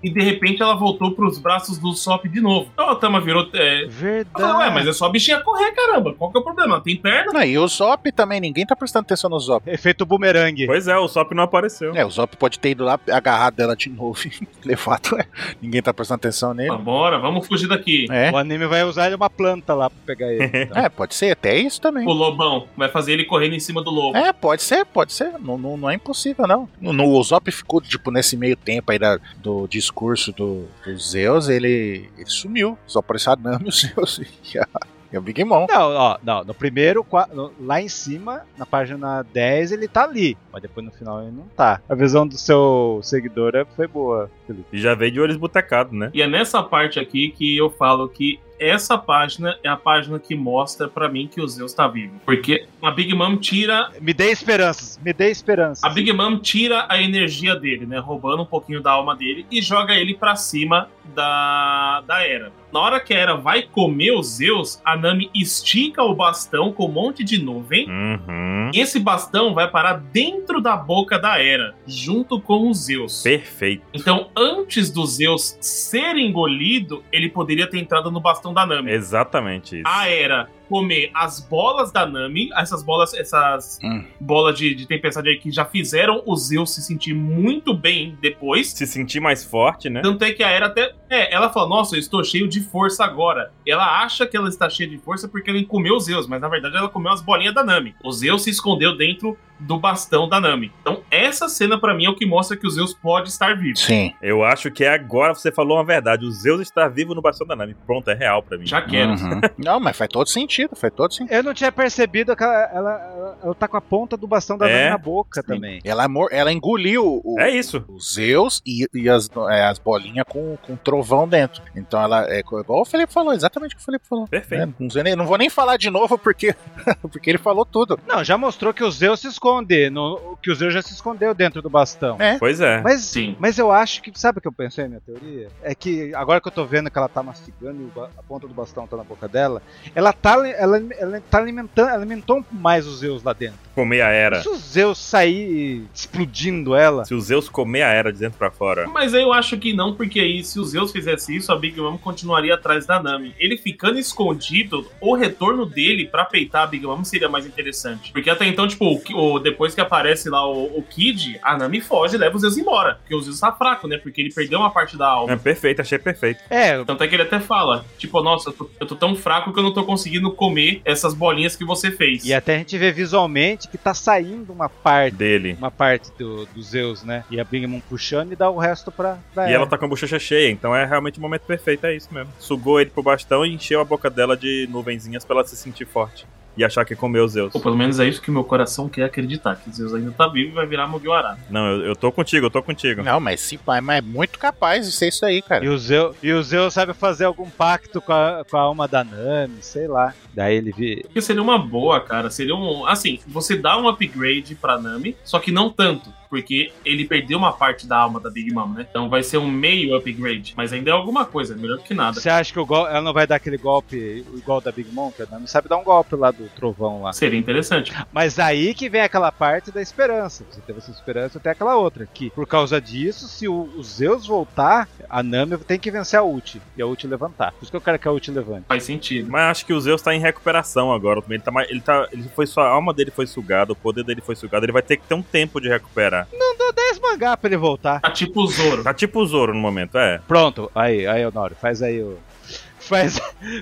e de repente ela voltou pros braços do Sop de novo. Então a Otama virou. É... Eu falei, Ué,
Verdade.
mas é só a bichinha correr, caramba. Qual que é o problema? Ela tem perna?
Não, e o Zop também, ninguém tá prestando atenção no Zop.
Efeito bumerangue.
Pois é, o Sop não apareceu.
É, o Zop pode ter ido lá, agarrado ela de novo e levado. ela. Ninguém tá prestando atenção nele.
Vambora, "Ah, vamos fugir daqui.
É.
O anime vai usar ele uma planta lá pra pegar ele. então.
é, pode ser, até isso também.
O lobão vai fazer ele correndo em cima do lobo.
É, pode ser, pode ser. Não, não, não é impossível, não. No, no- o Zop ficou, tipo, nesse meio tempo aí da- do discurso do, do Zeus, ele, ele sumiu. Só apareceu a Nami, o Zeus e a, e a Big Mom.
Não, ó, não, no primeiro, qua- no- lá em cima, na página 10, ele tá ali. Mas depois no final ele não tá. A visão do seu seguidor é- foi boa, Felipe.
E já veio de olho esbutecado, né?
E é nessa parte aqui que eu falo que essa página é a página que mostra pra mim que o Zeus tá vivo. Porque a Big Mom tira.
Me dê esperanças, me dê esperanças.
A Big Mom tira a energia dele, né? Roubando um pouquinho da alma dele e joga ele pra cima da, da Era. Na hora que a Era vai comer o Zeus, a Nami estica o bastão com um monte de nuvem.
Uhum.
Esse bastão vai parar dentro da boca da Era, junto com o Zeus.
Perfeito.
Então, antes do Zeus ser engolido, ele poderia ter entrado no bastão da Nami.
Exatamente isso.
A era comer as bolas da Nami, essas bolas, essas
Hum.
bolas de, de tempestade aí que já fizeram o Zeus se sentir muito bem depois.
Se sentir mais forte, né?
Tanto é que a Era até. É, ela fala, nossa, eu estou cheio de força agora. Ela acha que ela está cheia de força porque ela comeu os Zeus, mas na verdade ela comeu as bolinhas da Nami. O Zeus se escondeu dentro do bastão da Nami. Então, essa cena pra mim é o que mostra que o Zeus pode estar vivo.
Sim.
Eu acho que é agora você falou uma verdade. O Zeus está vivo no bastão da Nami. Pronto, é real pra mim.
Já quero.
Uhum. Não, mas faz todo sentido, faz todo sentido.
Eu não tinha percebido que ela, ela, ela- ela tá com a ponta do bastão da
É.
Nami na boca também.
Ela, mor- ela engoliu o,
É isso.
o Zeus e, e as, é, as bolinhas com, com trovão dentro. Então ela é co- igual o Felipe falou, exatamente o que o Felipe falou.
Perfeito.
É, não, sei nem- não vou nem falar de novo porque, porque ele falou tudo.
Não, já mostrou que o Zeus se esconde, no- que o Zeus já se escondeu dentro do bastão.
Pois é.
Mas
Sim.
Mas eu acho que, sabe o que eu pensei, minha teoria? É que agora que eu tô vendo que ela tá mastigando e o ba- a ponta do bastão tá na boca dela, ela tá, ali- ela, ela tá alimentando, alimentou mais os Zeus lá dentro.
Comer a era.
Se o Zeus sair explodindo ela,
Se o Zeus comer a era de dentro pra fora.
Mas eu acho que não, porque aí se o Zeus fizesse isso, a Big Mom continuaria atrás da Nami. Ele ficando escondido, o retorno dele pra peitar a Big Mom seria mais interessante. Porque até então, tipo, o, Ki- o- depois que aparece lá o, o Kid, a Nami foge e leva o Zeus embora. Porque o Zeus tá fraco, né? Porque ele perdeu uma parte da alma.
É perfeito, achei perfeito.
é,
Tanto é que ele até fala, tipo, nossa, eu tô, eu tô tão fraco que eu não tô conseguindo comer essas bolinhas que você fez.
e é- até a gente vê visualmente que tá saindo uma parte,
Dele.
uma parte do, do Zeus, né? E a Big Mom puxando e dá o resto pra, pra
E ela tá com a bochecha cheia, então é realmente o momento perfeito, é isso mesmo. Sugou ele pro bastão e encheu a boca dela de nuvenzinhas pra ela se sentir forte. e achar que comeu o Zeus.
Ou pelo menos é isso que meu coração quer acreditar, que Zeus ainda tá vivo e vai virar Mugiwara.
Não, eu, eu tô contigo, eu tô contigo.
Não, mas sim, pai, mas é muito capaz de ser isso aí, cara.
E o, Zeus, e o Zeus sabe fazer algum pacto com a, com a alma da Nami, sei lá. Daí ele vi.
Porque seria uma boa, cara. Seria um. Assim, você dá um upgrade pra Nami, só que não tanto. Porque ele perdeu uma parte da alma da Big Mom, né? Então vai ser um meio upgrade. Mas ainda é alguma coisa, melhor que nada.
Você acha que o gol- ela não vai dar aquele golpe igual da Big Mom? Que a Nami sabe dar um golpe lá do trovão lá.
Seria interessante.
Mas aí que vem aquela parte da esperança. Você teve essa esperança até aquela outra. Que por causa disso, se o, o Zeus voltar, a Nami tem que vencer a Ult. E a Ult levantar. Por isso que eu quero que a Ult levante.
Faz sentido.
Mas acho que o Zeus tá em recuperação agora também. Ele tá, mais- ele tá, ele foi, sua alma dele foi sugada, o poder dele foi sugado. Ele vai ter que ter um tempo de recuperar.
Não dou 10 mangá pra ele voltar.
Tá tipo o Zoro.
Tá tipo o Zoro no momento, é.
Pronto. Aí, aí, Honório. Faz aí o. Faz,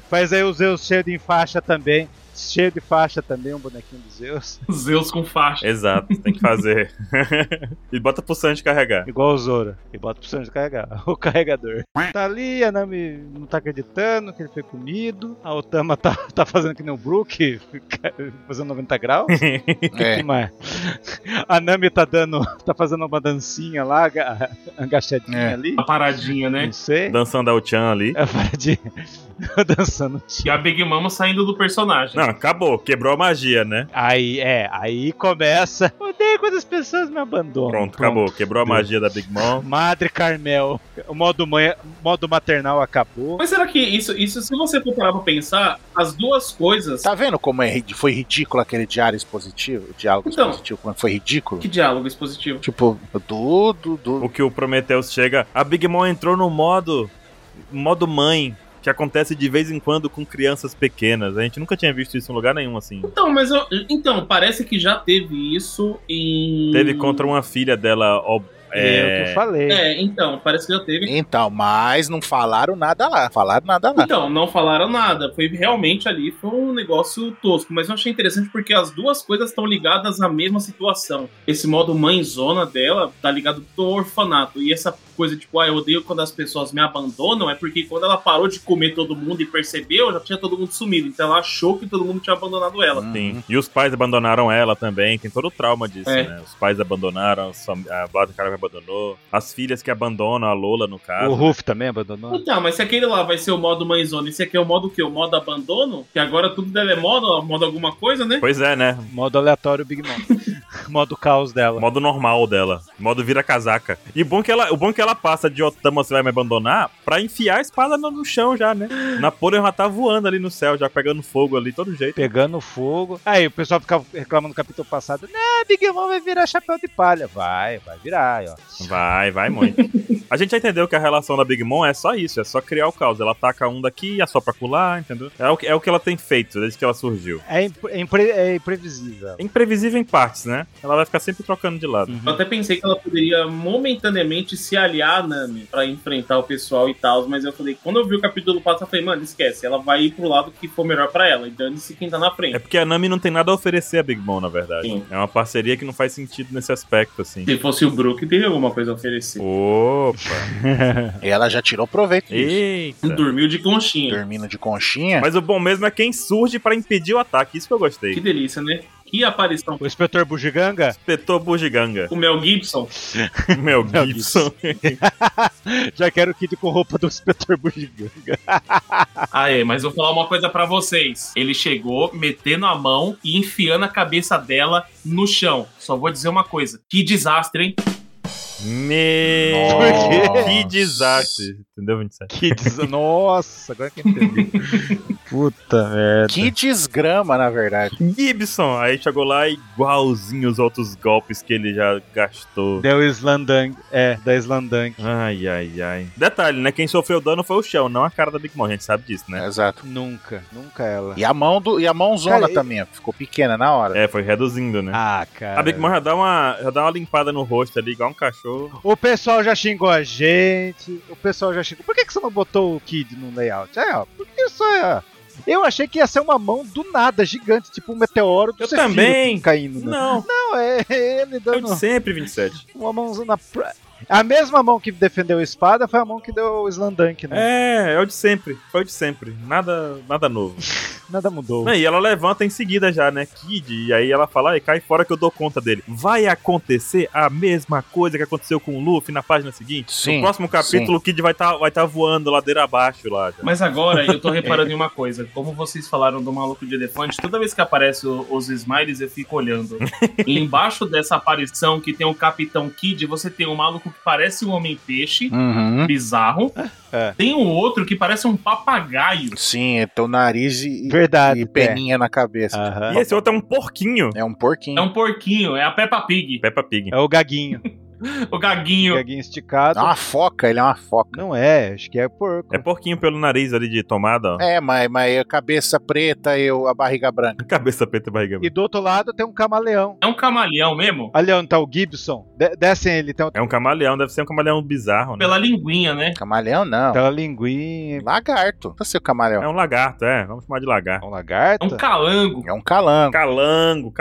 faz aí o Zeus cheio de faixa também. Cheio de faixa também, um bonequinho do Zeus.
Zeus com faixa.
Exato, tem que fazer. e bota pro Sanji carregar.
Igual o Zoro. E bota pro Sanji carregar. O carregador. Tá ali, a Nami não tá acreditando que ele foi comido. A Otama tá, tá fazendo que nem o Brook, fazendo 90 graus.
É.
Que mais? A Nami tá dando. tá fazendo uma dancinha lá, aga- agachadinha
É.
ali.
A paradinha, né?
Não sei.
Dançando ao Chan ali.
É paradinha. Dançando.
E a Big Mama saindo do personagem.
Não, acabou. Quebrou a magia, né?
Aí, é, aí começa. Odeio quando as pessoas me abandonam.
Pronto, acabou. Quebrou a magia da Big Mom.
Madre Carmel. O modo, mãe, modo maternal acabou.
Mas será que isso, isso, se você for parar pra pensar, as duas coisas.
Tá vendo como é ri- foi ridículo aquele diário expositivo? Diálogo
Então.
expositivo, quando foi ridículo?
Que diálogo expositivo.
Tipo, do, do, do.
O que o Prometheus chega. A Big Mom entrou no modo. modo mãe. Que acontece de vez em quando com crianças pequenas. A gente nunca tinha visto isso em lugar nenhum, assim.
Então, mas eu, então, parece que já teve isso em.
Teve contra uma filha dela. Ó,
É, o que eu
é...
falei.
É, então, parece que já teve.
Então, mas não falaram nada lá. Falaram nada lá.
Então, não falaram nada. Foi realmente ali, foi um negócio tosco. Mas eu achei interessante porque as duas coisas estão ligadas à mesma situação. Esse modo mãezona dela tá ligado do orfanato. E essa coisa, tipo, ah, eu odeio quando as pessoas me abandonam, é porque quando ela parou de comer todo mundo e percebeu, já tinha todo mundo sumido. Então ela achou que todo mundo tinha abandonado ela.
Sim. Uhum. E os pais abandonaram ela também, tem todo o trauma disso,
É.
né? Os pais abandonaram, as fam- a Bada Caralho abandonou, as filhas que abandonam a Lola, no
O
caso.
Ruf também abandonou. né?
Então, mas se aquele lá vai ser o modo mãezona, esse aqui é o modo que? O modo abandono? Que agora tudo dela é modo, modo alguma coisa, né?
Pois é, né?
Modo aleatório Big Mom. modo caos
O
dela.
modo normal dela. O modo vira casaca. E bom que ela, o bom que ela passa de Otama, você vai me abandonar, pra enfiar a espada no, no chão já, né? Napoleon já tá voando ali no céu, já pegando fogo ali, todo jeito.
Pegando fogo. Aí o pessoal ficava reclamando no capítulo passado. Né, Big Mom vai virar chapéu de palha. Vai, vai virar, aí, ó.
Vai, vai muito. A gente já entendeu que a relação da Big Mom é só isso, é só criar o caos. Ela ataca um daqui, assopra colar, entendeu? É o, que- é o que ela tem feito desde que ela surgiu.
É, impre- é impre- é imprevisível.
Imprevisível em partes, né? Ela vai ficar sempre trocando de lado.
Eu até pensei que ela poderia momentaneamente se aliar à Nami pra enfrentar o pessoal e tal, mas eu falei, quando eu vi o capítulo passado, eu falei, mano, esquece, ela vai ir pro lado que for melhor pra ela, e dane-se quem tá na
É
frente.
porque a Nami não tem nada a oferecer a Big Mom, na verdade.
Sim.
É uma parceria que não faz sentido nesse aspecto, assim.
Se fosse o Brook, teria alguma coisa a oferecer.
Opa!
E ela já tirou proveito disso.
Eita!
Dormiu de conchinha.
Dormindo de conchinha.
Mas o bom mesmo é quem surge pra impedir o ataque. Isso que eu
Que
gostei.
delícia, né? Que aparição.
O inspetor Bugiganga
Espetou Bugiganga.
O Mel Gibson.
Meu Gibson.
já quero o kit com roupa do inspetor Bugiganga.
Ah, é, mas eu vou falar uma coisa pra vocês. Ele chegou metendo a mão e enfiando a cabeça dela no chão. Só vou dizer uma coisa. Que desastre, hein?
Meu.
Nossa.
Que desastre. Entendeu, 27?
Que des... Nossa, agora que eu entendi. Puta merda.
Que desgrama, na verdade.
Gibson! Aí chegou lá igualzinho os outros golpes que ele já gastou.
Deu Islandang. É, da Islandang.
Ai, ai, ai. Detalhe, né? Quem sofreu dano foi o Shell, não a cara da Big Mom. A gente sabe disso, né?
Exato.
Nunca, nunca ela.
E a mão do e a mãozona
Cara, e-
também, ó, ficou pequena na hora.
É, foi reduzindo, né?
Ah, cara.
A Big Mom já dá, uma, já dá uma limpada no rosto ali, igual um cachorro.
O pessoal já xingou a gente. O pessoal já xingou. Por que, que você não botou o Kid no layout? É, ó. Porque isso é. Eu achei que ia ser uma mão do nada, gigante, tipo um meteoro do
Eu
Cefiro
também.
caindo. né?
Não,
Não, é ele
eu
dando
de sempre, 27.
uma mãozinha na. pra- A mesma mão que defendeu a espada foi a mão que deu o Slandank, né?
É, é o de sempre. Foi o de sempre. Nada, nada novo.
Nada mudou.
Não, e ela levanta em seguida já, né? Kid, e aí ela fala, ai, cai fora que eu dou conta dele. Vai acontecer a mesma coisa que aconteceu com o Luffy na página seguinte?
Sim,
No próximo capítulo, o Kid vai estar vai tá voando ladeira abaixo lá. já.
Mas agora eu tô reparando em uma coisa. Como vocês falaram do maluco de elefante, toda vez que aparece o- os smiles, eu fico olhando. E embaixo dessa aparição que tem o Capitão Kid, você tem um maluco que parece um homem-peixe,
Uhum.
bizarro.
É.
Tem o outro que parece um papagaio.
Sim, é teu nariz e,
Verdade. Ah.
e peninha na cabeça.
Aham.
E esse outro é um porquinho.
É um porquinho.
É um porquinho, é a Peppa Pig.
Peppa Pig.
É o gaguinho.
O gaguinho.
gaguinho esticado.
É uma foca, ele é uma foca.
Não é, acho que é porco.
É porquinho pelo nariz ali de tomada, ó.
É, mas, mas a cabeça preta e o- a barriga branca.
Cabeça preta e barriga.
E do outro lado tem um camaleão.
É um camaleão mesmo?
Ali onde tá o Gibson. De- descem ele, tem
É um camaleão, deve ser um camaleão bizarro, né?
Pela linguinha, né?
Camaleão não.
uma linguinha.
Lagarto. Não sei o camaleão.
É um lagarto, é. Vamos chamar de
É
lagarto.
um
É um
lagarto?
calango.
É um calango.
Calango,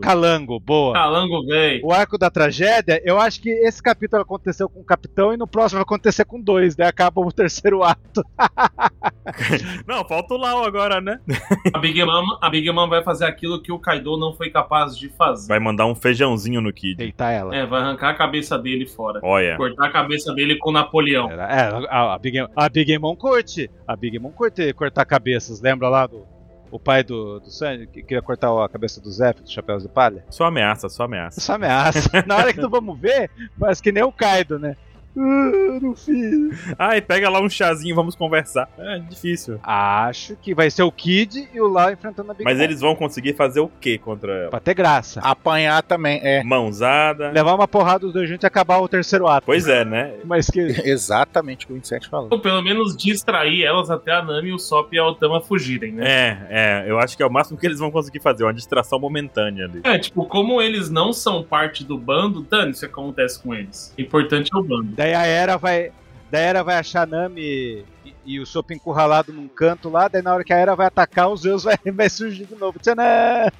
calango.
Calango, boa.
Calango, velho.
O arco da tragédia, eu acho que esse capítulo aconteceu com o capitão e no próximo vai acontecer com dois, né? Acaba o terceiro ato.
Não, falta o Lau agora, né?
A Big Mom, a Big Mom vai fazer aquilo que o Kaido não foi capaz de fazer.
Vai mandar um feijãozinho no Kid.
Deitar ela.
É, vai arrancar a cabeça dele fora.
Olha.
Cortar a cabeça dele com o Napoleão.
Era- é, a, a Big, a Big Mom curte. A Big Mom curte cortar cabeças. Lembra lá do o pai do, do Sanji que queria cortar a cabeça do Zé, do Chapéu de Palha?
Só ameaça, só ameaça.
Essa ameaça. Na hora que não vamos ver, parece que nem o Kaido, né? Ah, não fiz.
Ai, pega lá um chazinho, vamos conversar. É difícil.
Acho que vai ser o Kid e o Lau enfrentando a Big
Mas
Mom.
eles vão conseguir fazer o que contra ela?
Pra ter graça.
Apanhar também, é.
Mãozada.
Levar uma porrada dos dois juntos e acabar o terceiro ato.
Pois é, né?
Mas que
Exatamente o que o 27 falou.
Ou pelo menos distrair elas até a Nami, o Sop e a Otama fugirem, né?
É, é. Eu acho que é o máximo que eles vão conseguir fazer, uma distração momentânea ali.
É, tipo, como eles não são parte do bando, dane isso acontece com eles. O importante é o bando.
Daí a Era vai. Daí a Era vai achar a Nami e, e o Sop encurralado num canto lá, daí na hora que a Era vai atacar, o Zeus vai, vai surgir de novo. Tchanã!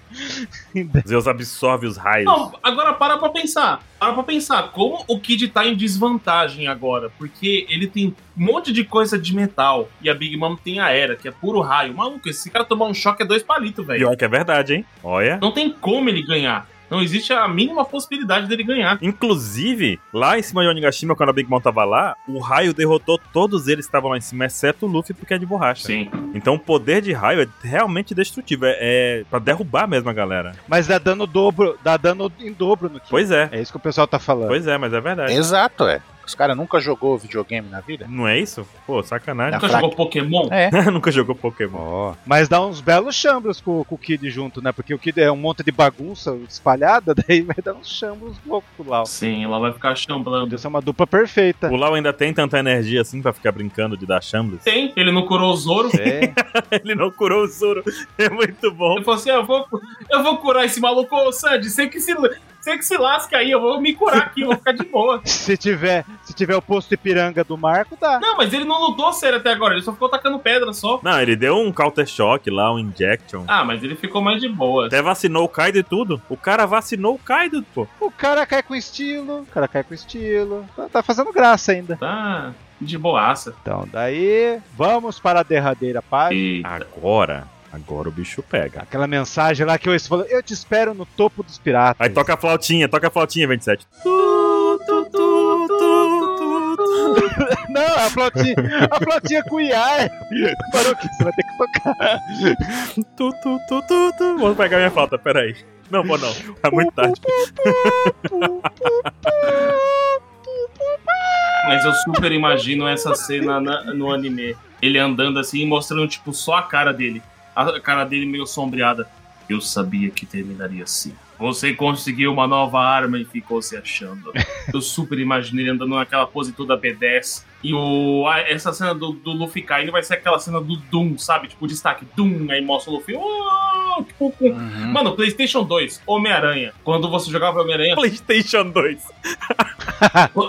Zeus absorve os raios.
Não, agora para pra pensar. Para pra pensar, como o Kid tá em desvantagem agora? Porque ele tem um monte de coisa de metal e a Big Mom tem a Era, que é puro raio. Maluco, esse cara tomar um choque é dois palitos, velho.
Pior que é verdade, hein? Olha.
Não tem como ele ganhar. Não existe a mínima possibilidade dele ganhar.
Inclusive, lá em cima de Onigashima, quando a Big Mom tava lá, o raio derrotou todos eles que estavam lá em cima, exceto o Luffy, porque é de borracha.
Sim.
Então o poder de raio é realmente destrutivo. É, é pra derrubar mesmo a galera.
Mas dá dano dobro, dá dano em dobro no time.
Pois é.
É isso que o pessoal tá falando.
Pois é, mas é verdade.
Exato, é. Os caras nunca jogou videogame na vida?
Não é isso? Pô, sacanagem.
Nunca
fraca.
jogou Pokémon?
É.
Nunca jogou Pokémon.
Ó. Mas dá uns belos chambros com, com o Kid junto, né? Porque o Kid é um monte de bagunça espalhada, daí vai dar uns chambros loucos pro Lau.
Sim, ela vai ficar chamblando.
Deve ser uma dupla perfeita.
O Lau ainda tem tanta energia assim pra ficar brincando de dar chambres.
Tem, ele não curou o Zoro.
É.
Ele não curou o Zoro. É muito bom.
Ele falou assim: eu vou, eu vou curar esse maluco, ô Sandy, você que se. Você que se lasca aí, eu vou me curar aqui, eu vou ficar de boa.
se, tiver, se tiver o posto Ipiranga do Marco, dá.
Não, mas ele não lutou sério até agora, ele só ficou tacando pedra só.
Não, ele deu um counter shock lá, um injection.
Ah, mas ele ficou mais de boa.
Até vacinou o Kaido e tudo. O cara vacinou o Kaido, pô.
O cara cai com estilo, o cara cai com estilo. Tá- tá fazendo graça ainda.
Tá de boaça.
Então, daí, vamos para a derradeira página.
E
Agora, agora o bicho pega.
Aquela mensagem lá que eu falou, eu te espero no topo dos piratas.
Aí toca a flautinha, toca a flautinha, 27.
Não, é a flotinha, a flotinha com iai. Parou que você vai ter que tocar.
Tu, tu, tu, tu, tu. Vou pegar minha flauta, peraí. Não vou não, tá muito tarde.
Mas eu super imagino essa cena na- no anime. Ele andando assim e mostrando, tipo, só a cara dele. A cara dele meio sombreada. Eu sabia que terminaria assim. Você conseguiu uma nova arma e ficou se achando. Eu super imagino ele andando naquela pose toda B10. E o, a- essa cena do, do Luffy caindo vai ser aquela cena do Doom, sabe? Tipo, destaque Doom. Aí mostra o Luffy. "Uau", tipo, com-
Uhum.
Mano, PlayStation 2, Homem-Aranha. Quando você jogava Homem-Aranha,
PlayStation 2.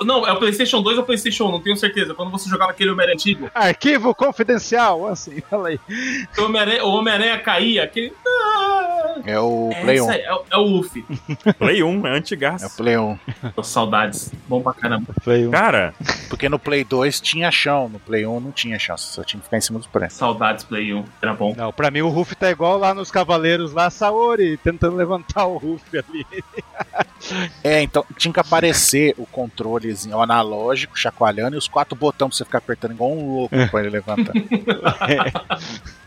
Não, é o PlayStation 2 ou o PlayStation 1, não tenho certeza. Quando você jogava aquele Homem-Aranha antigo,
Arquivo confidencial, assim, fala aí.
o Homem-Aranha Homem caía, aquele.
É o
É,
Play
isso
1.
aí, é, o- é o Luffy.
Play 1, é
É o
antigaço.
Play 1.
Tô, Saudades. Bom pra caramba.
Foi um...
Cara,
Porque no Play 2 tinha chão, no Play 1 não tinha chão, você só tinha que ficar em cima dos pranks.
Saudades Play 1, era bom.
Não, pra mim o Ruff tá igual lá nos Cavaleiros, lá Saori, tentando levantar o Ruff ali.
É, então tinha que aparecer o controlezinho analógico, chacoalhando, e os quatro botões pra você ficar apertando igual um louco pra ele levantar.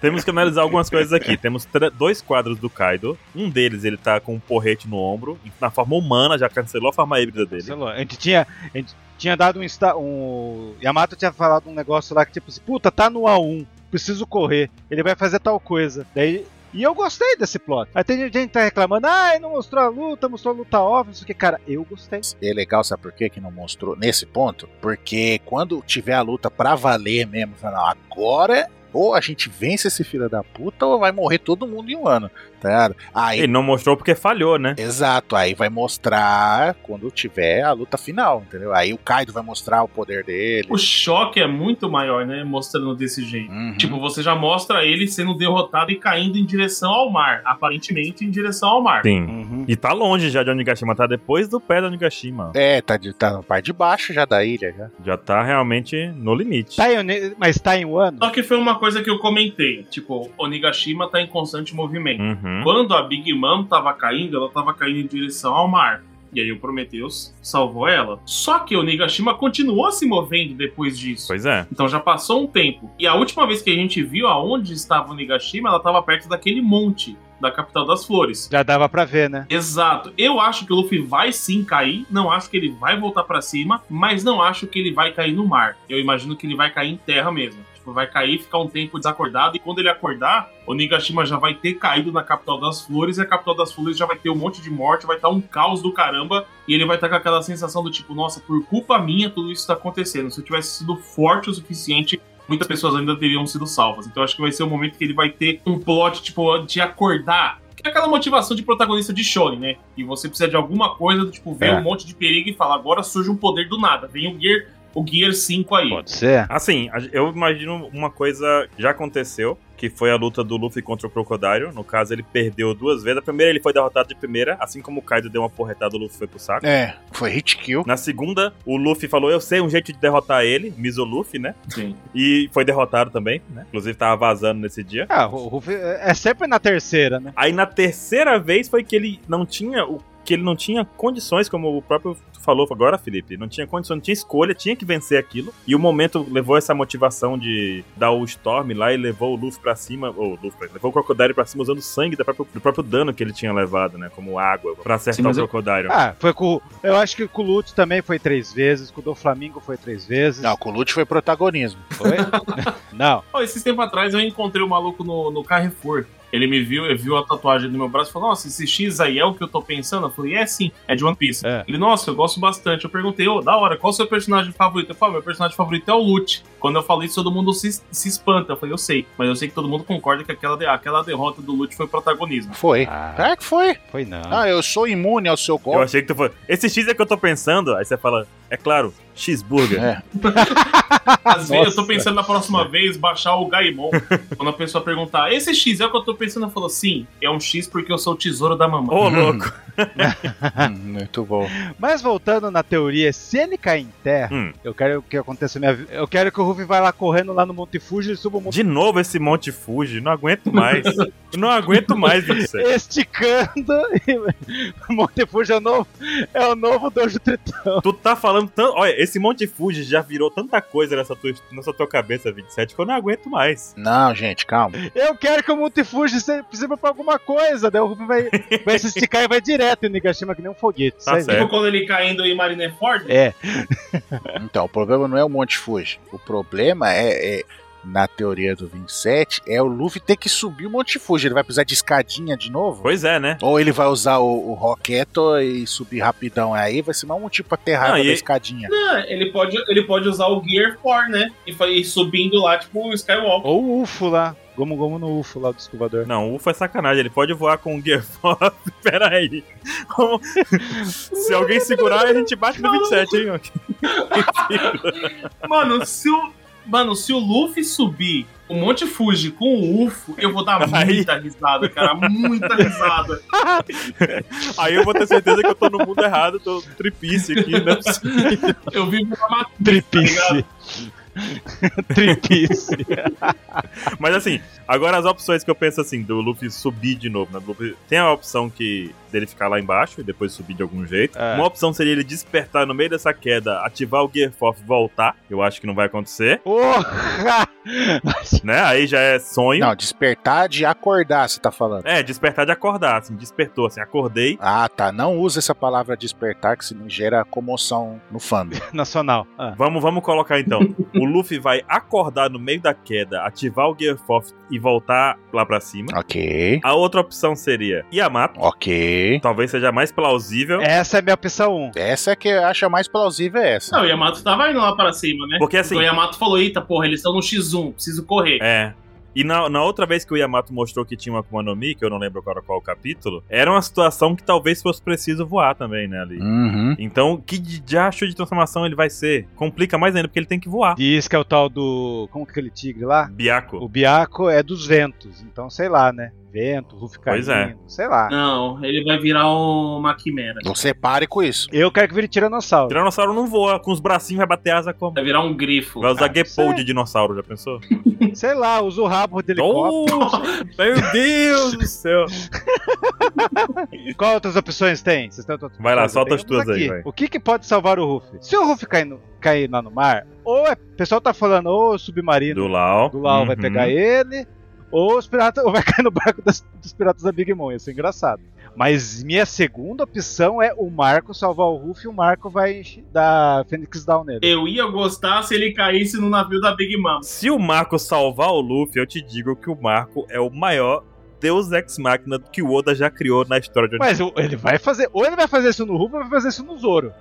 Temos que analisar algumas coisas aqui. Temos tra- dois quadros do Kaido. Um deles, ele tá com um porrete no ombro, na forma humana, já cancelou a forma híbrida dele.
Cancelou. A gente tinha. A gente tinha dado um, insta um. Yamato tinha falado um negócio lá que, tipo assim, puta, tá no A1, preciso correr. Ele vai fazer tal coisa. Daí. E eu gostei desse plot. Aí tem gente que tá reclamando, ah, ele não mostrou a luta, mostrou a luta off, não sei o que, cara. Eu gostei.
E é legal, sabe por quê que não mostrou nesse ponto? Porque quando tiver a luta pra valer mesmo, falando, agora ou a gente vence esse filho da puta ou vai morrer todo mundo em um ano, tá ligado? Aí,
Ele não mostrou porque falhou,
É.
né?
exato, aí vai mostrar quando tiver a luta final, entendeu? Aí o Kaido vai mostrar o poder dele.
O choque é muito maior, né? Mostrando desse jeito.
Uhum.
Tipo, você já mostra ele sendo derrotado e caindo em direção ao mar. Aparentemente em direção ao mar.
Sim.
Uhum.
E tá longe já de Onigashima, tá depois do pé da Onigashima.
É, tá, de- tá na parte de baixo já da ilha, já.
Já tá realmente no limite.
Tá em, One- mas tá em Wano?
Só que foi uma coisa que eu comentei. Tipo, Onigashima tá em constante movimento.
Uhum.
Quando a Big Mom tava caindo, ela tava caindo em direção ao mar. E aí o Prometheus salvou ela. Só que Onigashima continuou se movendo depois disso.
Pois é.
Então já passou um tempo. E a última vez que a gente viu aonde estava Onigashima, ela tava perto daquele monte da capital das flores.
Já dava pra ver, né?
Exato. Eu acho que o Luffy vai sim cair. Não acho que ele vai voltar pra cima, mas não acho que ele vai cair no mar. Eu imagino que ele vai cair em terra mesmo. Tipo, vai cair, ficar um tempo desacordado e quando ele acordar, o Nigashima já vai ter caído na capital das flores e a capital das flores já vai ter um monte de morte, vai estar um caos do caramba e ele vai estar com aquela sensação do tipo, nossa, por culpa minha tudo isso tá acontecendo. Se eu tivesse sido forte o suficiente, muitas pessoas ainda teriam sido salvas. Então acho que vai ser o momento que ele vai ter um plot, tipo, de acordar. Que é aquela motivação de protagonista de Shonen, né? E você precisa de alguma coisa, do tipo, ver
É.
um monte de perigo e falar, agora surge um poder do nada. Vem o Gear, o Gear 5 aí.
Pode ser.
Assim, a- eu imagino uma coisa já aconteceu, que foi a luta do Luffy contra o Crocodile. No caso, ele perdeu duas vezes. A primeira, ele foi derrotado de primeira, assim como o Kaido deu uma porretada, o Luffy foi pro saco.
É, foi hit kill.
Na segunda, o Luffy falou: Eu sei um jeito de derrotar ele, Miso Luffy, né?
Sim.
E foi derrotado também, né? Inclusive, tava vazando nesse dia.
Ah, o Ruff é é sempre na terceira, né?
Aí na terceira vez foi que ele não tinha o que ele não tinha condições, como o próprio tu falou agora, Felipe, não tinha condições, não tinha escolha, tinha que vencer aquilo. E o momento levou essa motivação de dar o Storm lá e levou o Luffy pra cima, ou o Luffy, levou o Crocodile pra cima usando o sangue da própria- do próprio dano que ele tinha levado, né, como água, pra
Sim,
acertar
mas
o
eu-
Crocodile.
Ah, foi com. o- Eu acho que com o Lutz também foi três vezes, com o do Flamengo foi três vezes.
Não, com o Lute foi protagonismo.
Foi? não.
Ó, esses tempos atrás eu encontrei o maluco no, no Carrefour. Ele me viu, ele viu a tatuagem do meu braço e falou: Nossa, esse X aí é o que eu tô pensando? Eu falei: É sim, é de One Piece.
É.
Ele, nossa, eu gosto bastante. Eu perguntei: Ô, da hora, qual o seu personagem favorito? Eu falei: Meu personagem favorito é o Lute. Quando eu falei isso, todo mundo se, se espanta. Eu falei: Eu sei, mas eu sei que todo mundo concorda que aquela, de- aquela derrota do Lute foi protagonismo.
Foi.
Ah,
Claro que foi.
foi não.
Ah, eu sou imune ao seu
Eu
golpe.
achei que tu foi. Esse X é que eu tô pensando. Aí você fala, é claro, X-Burger.
É.
Às vezes eu tô pensando na próxima vez baixar o Gaimon. Quando a pessoa perguntar: Esse X é o que eu tô pensando? Eu falo: Sim, é um X porque eu sou o tesouro da mamãe.
Ô, louco.
Hum, Muito bom.
Mas voltando na teoria, se ele cair em terra,
Hum.
eu quero que aconteça minha vida. Eu quero que o Ruff vá lá correndo lá no Monte Fuji e suba o Monte
De novo esse Monte Fuji, não aguento mais. Eu não aguento mais isso.
esticando. e- Monte Fuji é o novo, é o novo Dojo Tritão.
Tu tá falando tanto. Olha, esse Monte Fuji já virou tanta coisa nessa tua, nessa tua cabeça, 27, que eu não aguento mais.
Não, gente, calma.
Eu quero que o Monte Fuji se- sirva pra alguma coisa. Daí o Ruff vai, vai se esticar e vai direto em Nigashima que nem um foguete.
Tá
Sai
certo.
Tipo quando ele caindo em Marineford,
É,
Então, o problema não é o Monte Fuji. O problema é, é, na teoria do 27, é o Luffy ter que subir o Monte Fuji. Ele vai precisar de escadinha de novo?
Pois é, né?
Ou ele vai usar o, o Roqueto e subir rapidão. Aí vai ser mais um tipo aterrado
Não, e-
da escadinha.
Não, ele pode, ele pode usar o Gear 4, né? E fa- E subindo lá, tipo, o Skywalker.
ou o UFO lá. Gomo Gomo no UFO lá do escovador.
Não, o UFO é sacanagem, ele pode voar com o Gear 4. Pera aí. Como- Se alguém segurar, a gente bate no 27, hein?
Mano, se o. Mano, se o Luffy subir o Monte Fuji com o UFO, eu vou dar
Aí.
muita risada, cara. Muita risada.
Aí eu vou ter certeza que eu tô no mundo errado, tô tripice aqui, não é possível.
Eu vivo na
Tá
mata.
Tripice. Tripice.
Mas assim, agora as opções que eu penso assim, do Luffy subir de novo, né? Do Luffy- Tem a opção que dele ficar lá embaixo e depois subir de algum jeito.
É.
Uma opção seria ele despertar no meio dessa queda, ativar o Gear Force e voltar. Eu acho que não vai acontecer,
Porra!
né? Aí já é sonho.
Não, despertar de acordar, você tá falando.
É, despertar de acordar, assim, despertou, assim, acordei.
Ah, tá. Não usa essa palavra despertar, que senão gera comoção no fandom.
Nacional. Ah.
Vamos, vamos colocar então. o Luffy vai acordar no meio da queda, ativar o Gear Force e voltar lá pra cima.
ok.
A outra opção seria Yamato.
Ok.
Talvez seja mais plausível.
Essa é a minha opção 1.
Essa é que eu acho a mais plausível é essa.
Não, o Yamato tava indo lá pra cima, né?
Porque assim.
O Yamato falou: Eita, porra, eles estão no X1, preciso correr.
É. E na, na outra vez que o Yamato mostrou que tinha uma Akuma no Mi, que eu não lembro agora qual o capítulo, era uma situação que talvez fosse preciso voar também, né, ali.
Uhum.
Então, que diacho de transformação ele vai ser? Complica mais ainda, porque ele tem que voar.
Diz que é o tal do. Como que é aquele tigre lá?
Biaco.
O Biaco é dos ventos. Então, sei lá, né? Vento, Ruff
Pois é.
caindo, sei lá.
Não, ele vai virar um uma quimera.
Você pare com isso.
Eu quero que vire
O
tiranossauro.
Tiranossauro não voa, com os bracinhos vai bater asa com
É,
a mão.
Vai virar um grifo.
Vai usar
Ah,
Gepou
sei.
de dinossauro, já pensou?
Sei lá, usa o rabo de helicóptero.
Oh, meu Deus do céu.
Qual outras opções tem? Vocês têm outras
Vai lá,
opções?
solta
Eu
as
tenho
tuas
umas
aí,
aqui.
vai.
O que que pode salvar o Ruff? Se o Ruff cair, no- cair lá no mar, ou é, o pessoal tá falando, ou o submarino
Do Lau.
do Lau vai
Uhum.
pegar ele, ou os piratas ou vai cair no barco das- dos piratas da Big Mom. Isso é engraçado. Mas minha segunda opção é o Marco salvar o Ruff e o Marco vai enche- dar Fênix Down nele.
Eu ia gostar se ele caísse no navio da Big Mom.
Se o Marco salvar o Luffy, eu te digo que o Marco é o maior Deus Ex Machina que o Oda já criou na história de One
Mas o- ele vai fazer, ou ele vai fazer isso no Ruff ou vai fazer isso no Zoro.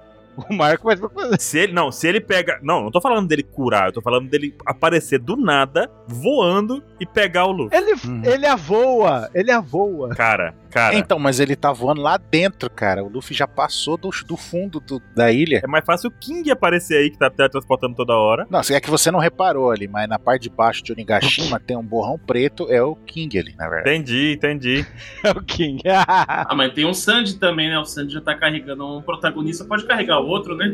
O Marco vai fazer.
Se ele, não, se ele pega. Não, não tô falando dele curar, eu tô falando dele aparecer do nada, voando e pegar o Luffy.
Ele,
Uhum.
ele avoa, ele avoa.
Cara, cara.
Então, mas ele tá voando lá dentro, cara. O Luffy já passou do, do fundo do- da ilha.
É mais fácil o King aparecer aí, que tá teletransportando toda hora.
Não, é que você não reparou ali, mas na parte de baixo de Onigashima tem um borrão preto, é o King ali, na verdade.
Entendi, entendi.
É o King.
Ah, mas tem um Sandy também, né? O Sandy já tá carregando um protagonista, pode carregar o outro, né?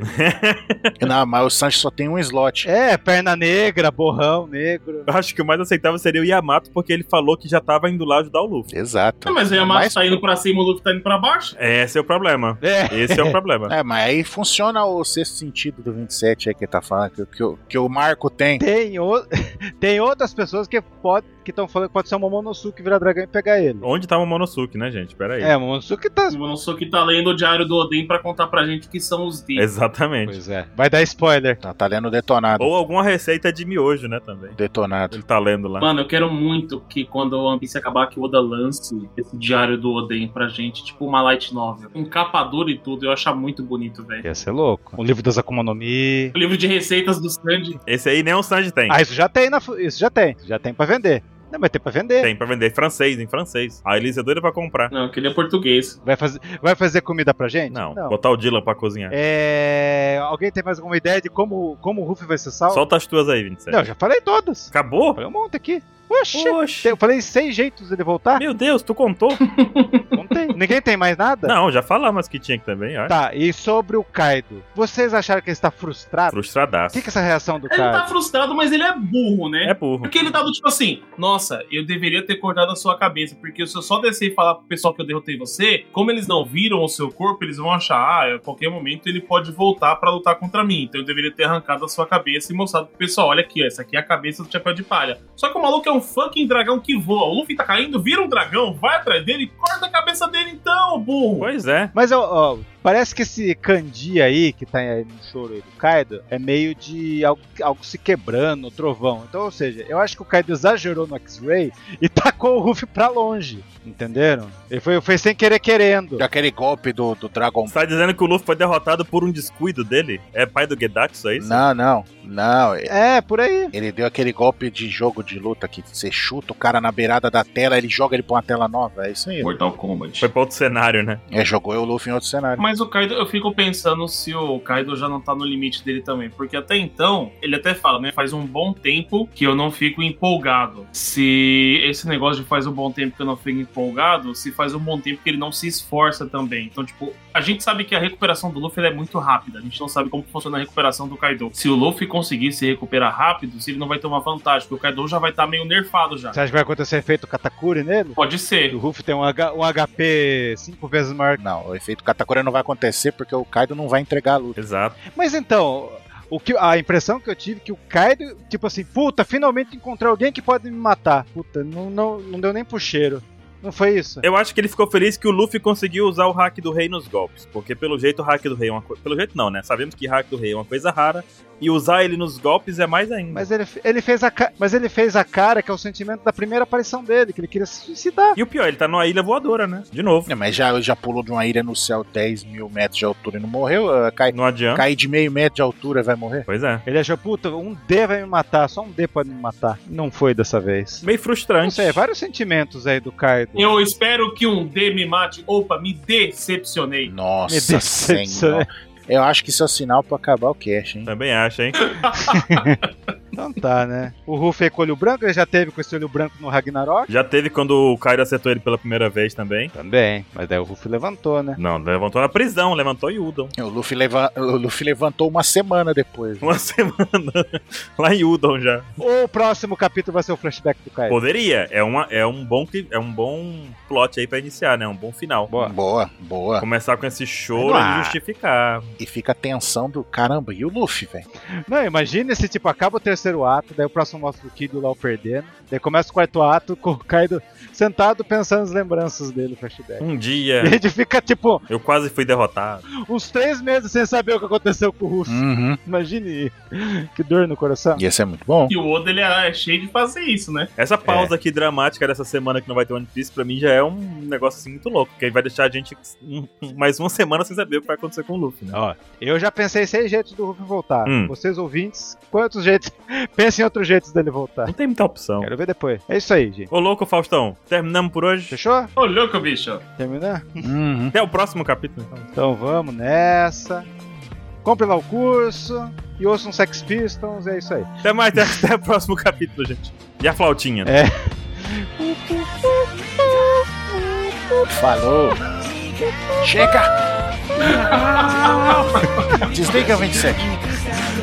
Não, mas o Sanji só tem um slot.
É, perna negra, borrão negro.
Eu acho que o mais aceitável seria o Yamato, porque ele falou que já tava indo lá ajudar o Luffy.
Exato.
Ah, mas o Yamato
Mas-
tá indo pra cima, o Luffy tá indo pra baixo.
Esse é o problema.
É.
Esse é o problema.
É, mas aí funciona o sexto sentido do 27 aí que ele tá falando, que, que, o- que o Marco tem.
Tem, o- tem outras pessoas que estão que tão falando que pode ser o Momonosuke virar dragão e pegar ele.
Onde tá o Momonosuke, né, gente? Pera aí.
É, o Momonosuke tá.
O Monosuke tá lendo o Diário do Oden pra contar pra gente o que são os D.
Exatamente.
Pois é. Vai dar spoiler.
Tá, tá lendo detonado.
Ou alguma receita de miojo, né, também.
Detonado.
Ele tá lendo lá.
Mano, eu quero muito que quando o One Piece acabar, que o Oda lance esse Diário do Oden pra gente, tipo uma light novel. Um capador e tudo, eu ia achar muito bonito, velho.
Ia ser louco. O Um livro das Akuma no Mi.
O livro de receitas do Sandy.
Esse aí nem o Sanji tem.
Ah, isso já tem, na... fu- isso já tem. Já tem pra vender. Não, vai ter pra vender.
Tem pra vender francês, em francês. A Elisa é doida pra comprar.
Não, que ele é português.
Vai, fazer... vai fazer comida pra gente?
Não, botar o Dylan pra cozinhar.
É... Alguém tem mais alguma ideia de como, como o Ruffy vai ser salvo?
Solta as tuas aí, 27.
Não, eu já falei todas.
Acabou?
Falei um monte aqui. Oxi.
Oxe.
Eu falei seis jeitos dele voltar?
Meu Deus, tu contou?
Não tem. Ninguém tem mais nada?
Não, é. já falamos que tinha que também, ó.
Tá, e sobre o Kaido, vocês acharam que ele está frustrado? O
Frustradaço.
que, que é essa reação do
Ele tá
Kaido?
frustrado, mas ele é burro, né?
É burro.
Porque ele tá do tipo assim, nossa, eu deveria ter cortado a sua cabeça, porque se eu só descer e falar pro pessoal que eu derrotei você, como eles não viram o seu corpo, eles vão achar, ah, a qualquer momento ele pode voltar pra lutar contra mim, então eu deveria ter arrancado a sua cabeça e mostrado pro pessoal, olha aqui, ó, essa aqui é a cabeça do chapéu de palha. Só que o maluco é um fucking dragão que voa, o Luffy tá caindo, vira um dragão, vai atrás dele, corta a cabeça dele então, burro!
Pois é.
Mas ó, ó, parece que esse Kandi aí, que tá aí no choro aí do Kaido, é meio de algo, algo se quebrando, trovão. Então, ou seja, eu acho que o Kaido exagerou no X-Ray e tacou o Ruffy pra longe. Entenderam? Ele foi, foi sem querer querendo.
Aquele golpe do, do Dragon
Você tá dizendo que o Luffy foi derrotado por um descuido dele? É pai do Gedatsu, é isso?
Não, não, não.
É, por aí.
Ele deu aquele golpe de jogo de luta que você chuta o cara na beirada da tela, ele joga ele pra uma tela nova. É isso aí.
Mortal Kombat.
Foi pra outro cenário, né?
É, jogou eu o Luffy em outro cenário.
Mas Mas o Kaido, eu fico pensando se o Kaido já não tá no limite dele também. Porque até então, ele até fala, né? Faz um bom tempo que eu não fico empolgado. Se esse negócio de faz um bom tempo que eu não fico empolgado, se faz um bom tempo que ele não se esforça também. Então, tipo, a gente sabe que a recuperação do Luffy ela é muito rápida. A gente não sabe como funciona a recuperação do Kaido. Se o Luffy conseguir se recuperar rápido, se ele não vai ter uma vantagem, porque o Kaido já vai estar meio nerfado já.
Você acha que vai acontecer efeito Katakuri nele?
Pode ser.
O Ruff tem um, H- um HP cinco vezes maior.
Não, o efeito Katakura não vai acontecer porque o Kaido não vai entregar a luta.
Exato.
Mas então, o que, a impressão que eu tive é que o Kaido, tipo assim, puta, finalmente encontrei alguém que pode me matar. Puta, não, não, não deu nem pro cheiro. Não foi isso?
Eu acho que ele ficou feliz que o Luffy conseguiu usar o hack do rei nos golpes. Porque pelo jeito o hack do rei é uma coisa. Pelo jeito não, né? Sabemos que hack do rei é uma coisa rara. E usar ele nos golpes é mais ainda.
Mas ele, ele fez a, ca- mas ele fez a cara que é o sentimento da primeira aparição dele, que ele queria se suicidar.
E o pior, ele tá numa ilha voadora, né? De novo.
É, mas já, já pulou de uma ilha no céu 10 mil metros de altura e não morreu? Ah, Cai,
Não adianta.
cair de meio metro de altura e vai morrer?
Pois é.
Ele achou, puta, um D vai me matar, só um D pode me matar. Não foi dessa vez.
Meio
Não
frustrante.
sei, vários sentimentos aí do Kaido.
Eu espero que um D me mate. Opa, me decepcionei.
Me
Nossa
decepcionei.
senhora. Eu acho que isso é o sinal pra acabar o cast, hein?
Também acho, hein?
Então tá, né? O Ruff é com olho branco, ele já teve com esse olho branco no Ragnarok.
Já teve quando o Kaido acertou ele pela primeira vez também.
Também, mas daí o Ruff levantou, né?
Não, levantou na prisão, levantou em Udon.
O Luffy, leva- o Luffy levantou uma semana depois.
Uma semana lá em Udon já.
Ou o próximo capítulo vai ser o flashback do Kaido.
Poderia. É, uma, é, um bom, cli- é um bom plot aí pra iniciar, né? Um bom final.
Boa.
Boa, boa.
Começar com esse choro
Ah.
e justificar.
E fica a tensão do caramba. E o Luffy, velho?
Não, imagina se tipo acaba o terceiro ato, daí o próximo mostra o Kid lá o perdendo, daí começa o quarto ato com o Kaido sentado pensando nas lembranças dele, flashback.
Um
E a
dia
gente fica tipo
eu quase fui derrotado.
uns três meses sem saber o que aconteceu com o Ruff.
Uhum.
Imagine que dor no coração.
Ia ser muito bom.
E o Oda, ele é cheio de fazer isso, né?
Essa pausa aqui dramática dessa semana que não vai ter One Piece, pra mim já é um negócio assim muito louco. Que aí vai deixar a gente um- mais uma semana sem saber o que vai acontecer com o Luffy, né?
Ó, eu já pensei seis jeitos do Ruff voltar.
Hum.
Vocês ouvintes, quantos jeitos? Pensem em outros jeitos dele voltar.
Não tem muita opção.
Quero ver depois. É isso aí, gente.
Ô louco, Faustão, terminamos por hoje.
Fechou?
Ô, louco, bicho.
Terminar?
Uhum.
Até o próximo capítulo. então.
Então vamos nessa. Compre lá o curso e ouça um Sex Pistons, é isso aí.
Até mais, até, até o próximo capítulo, gente. E a flautinha. né?
Falou. Chega! Desliga 27.
「君の背中を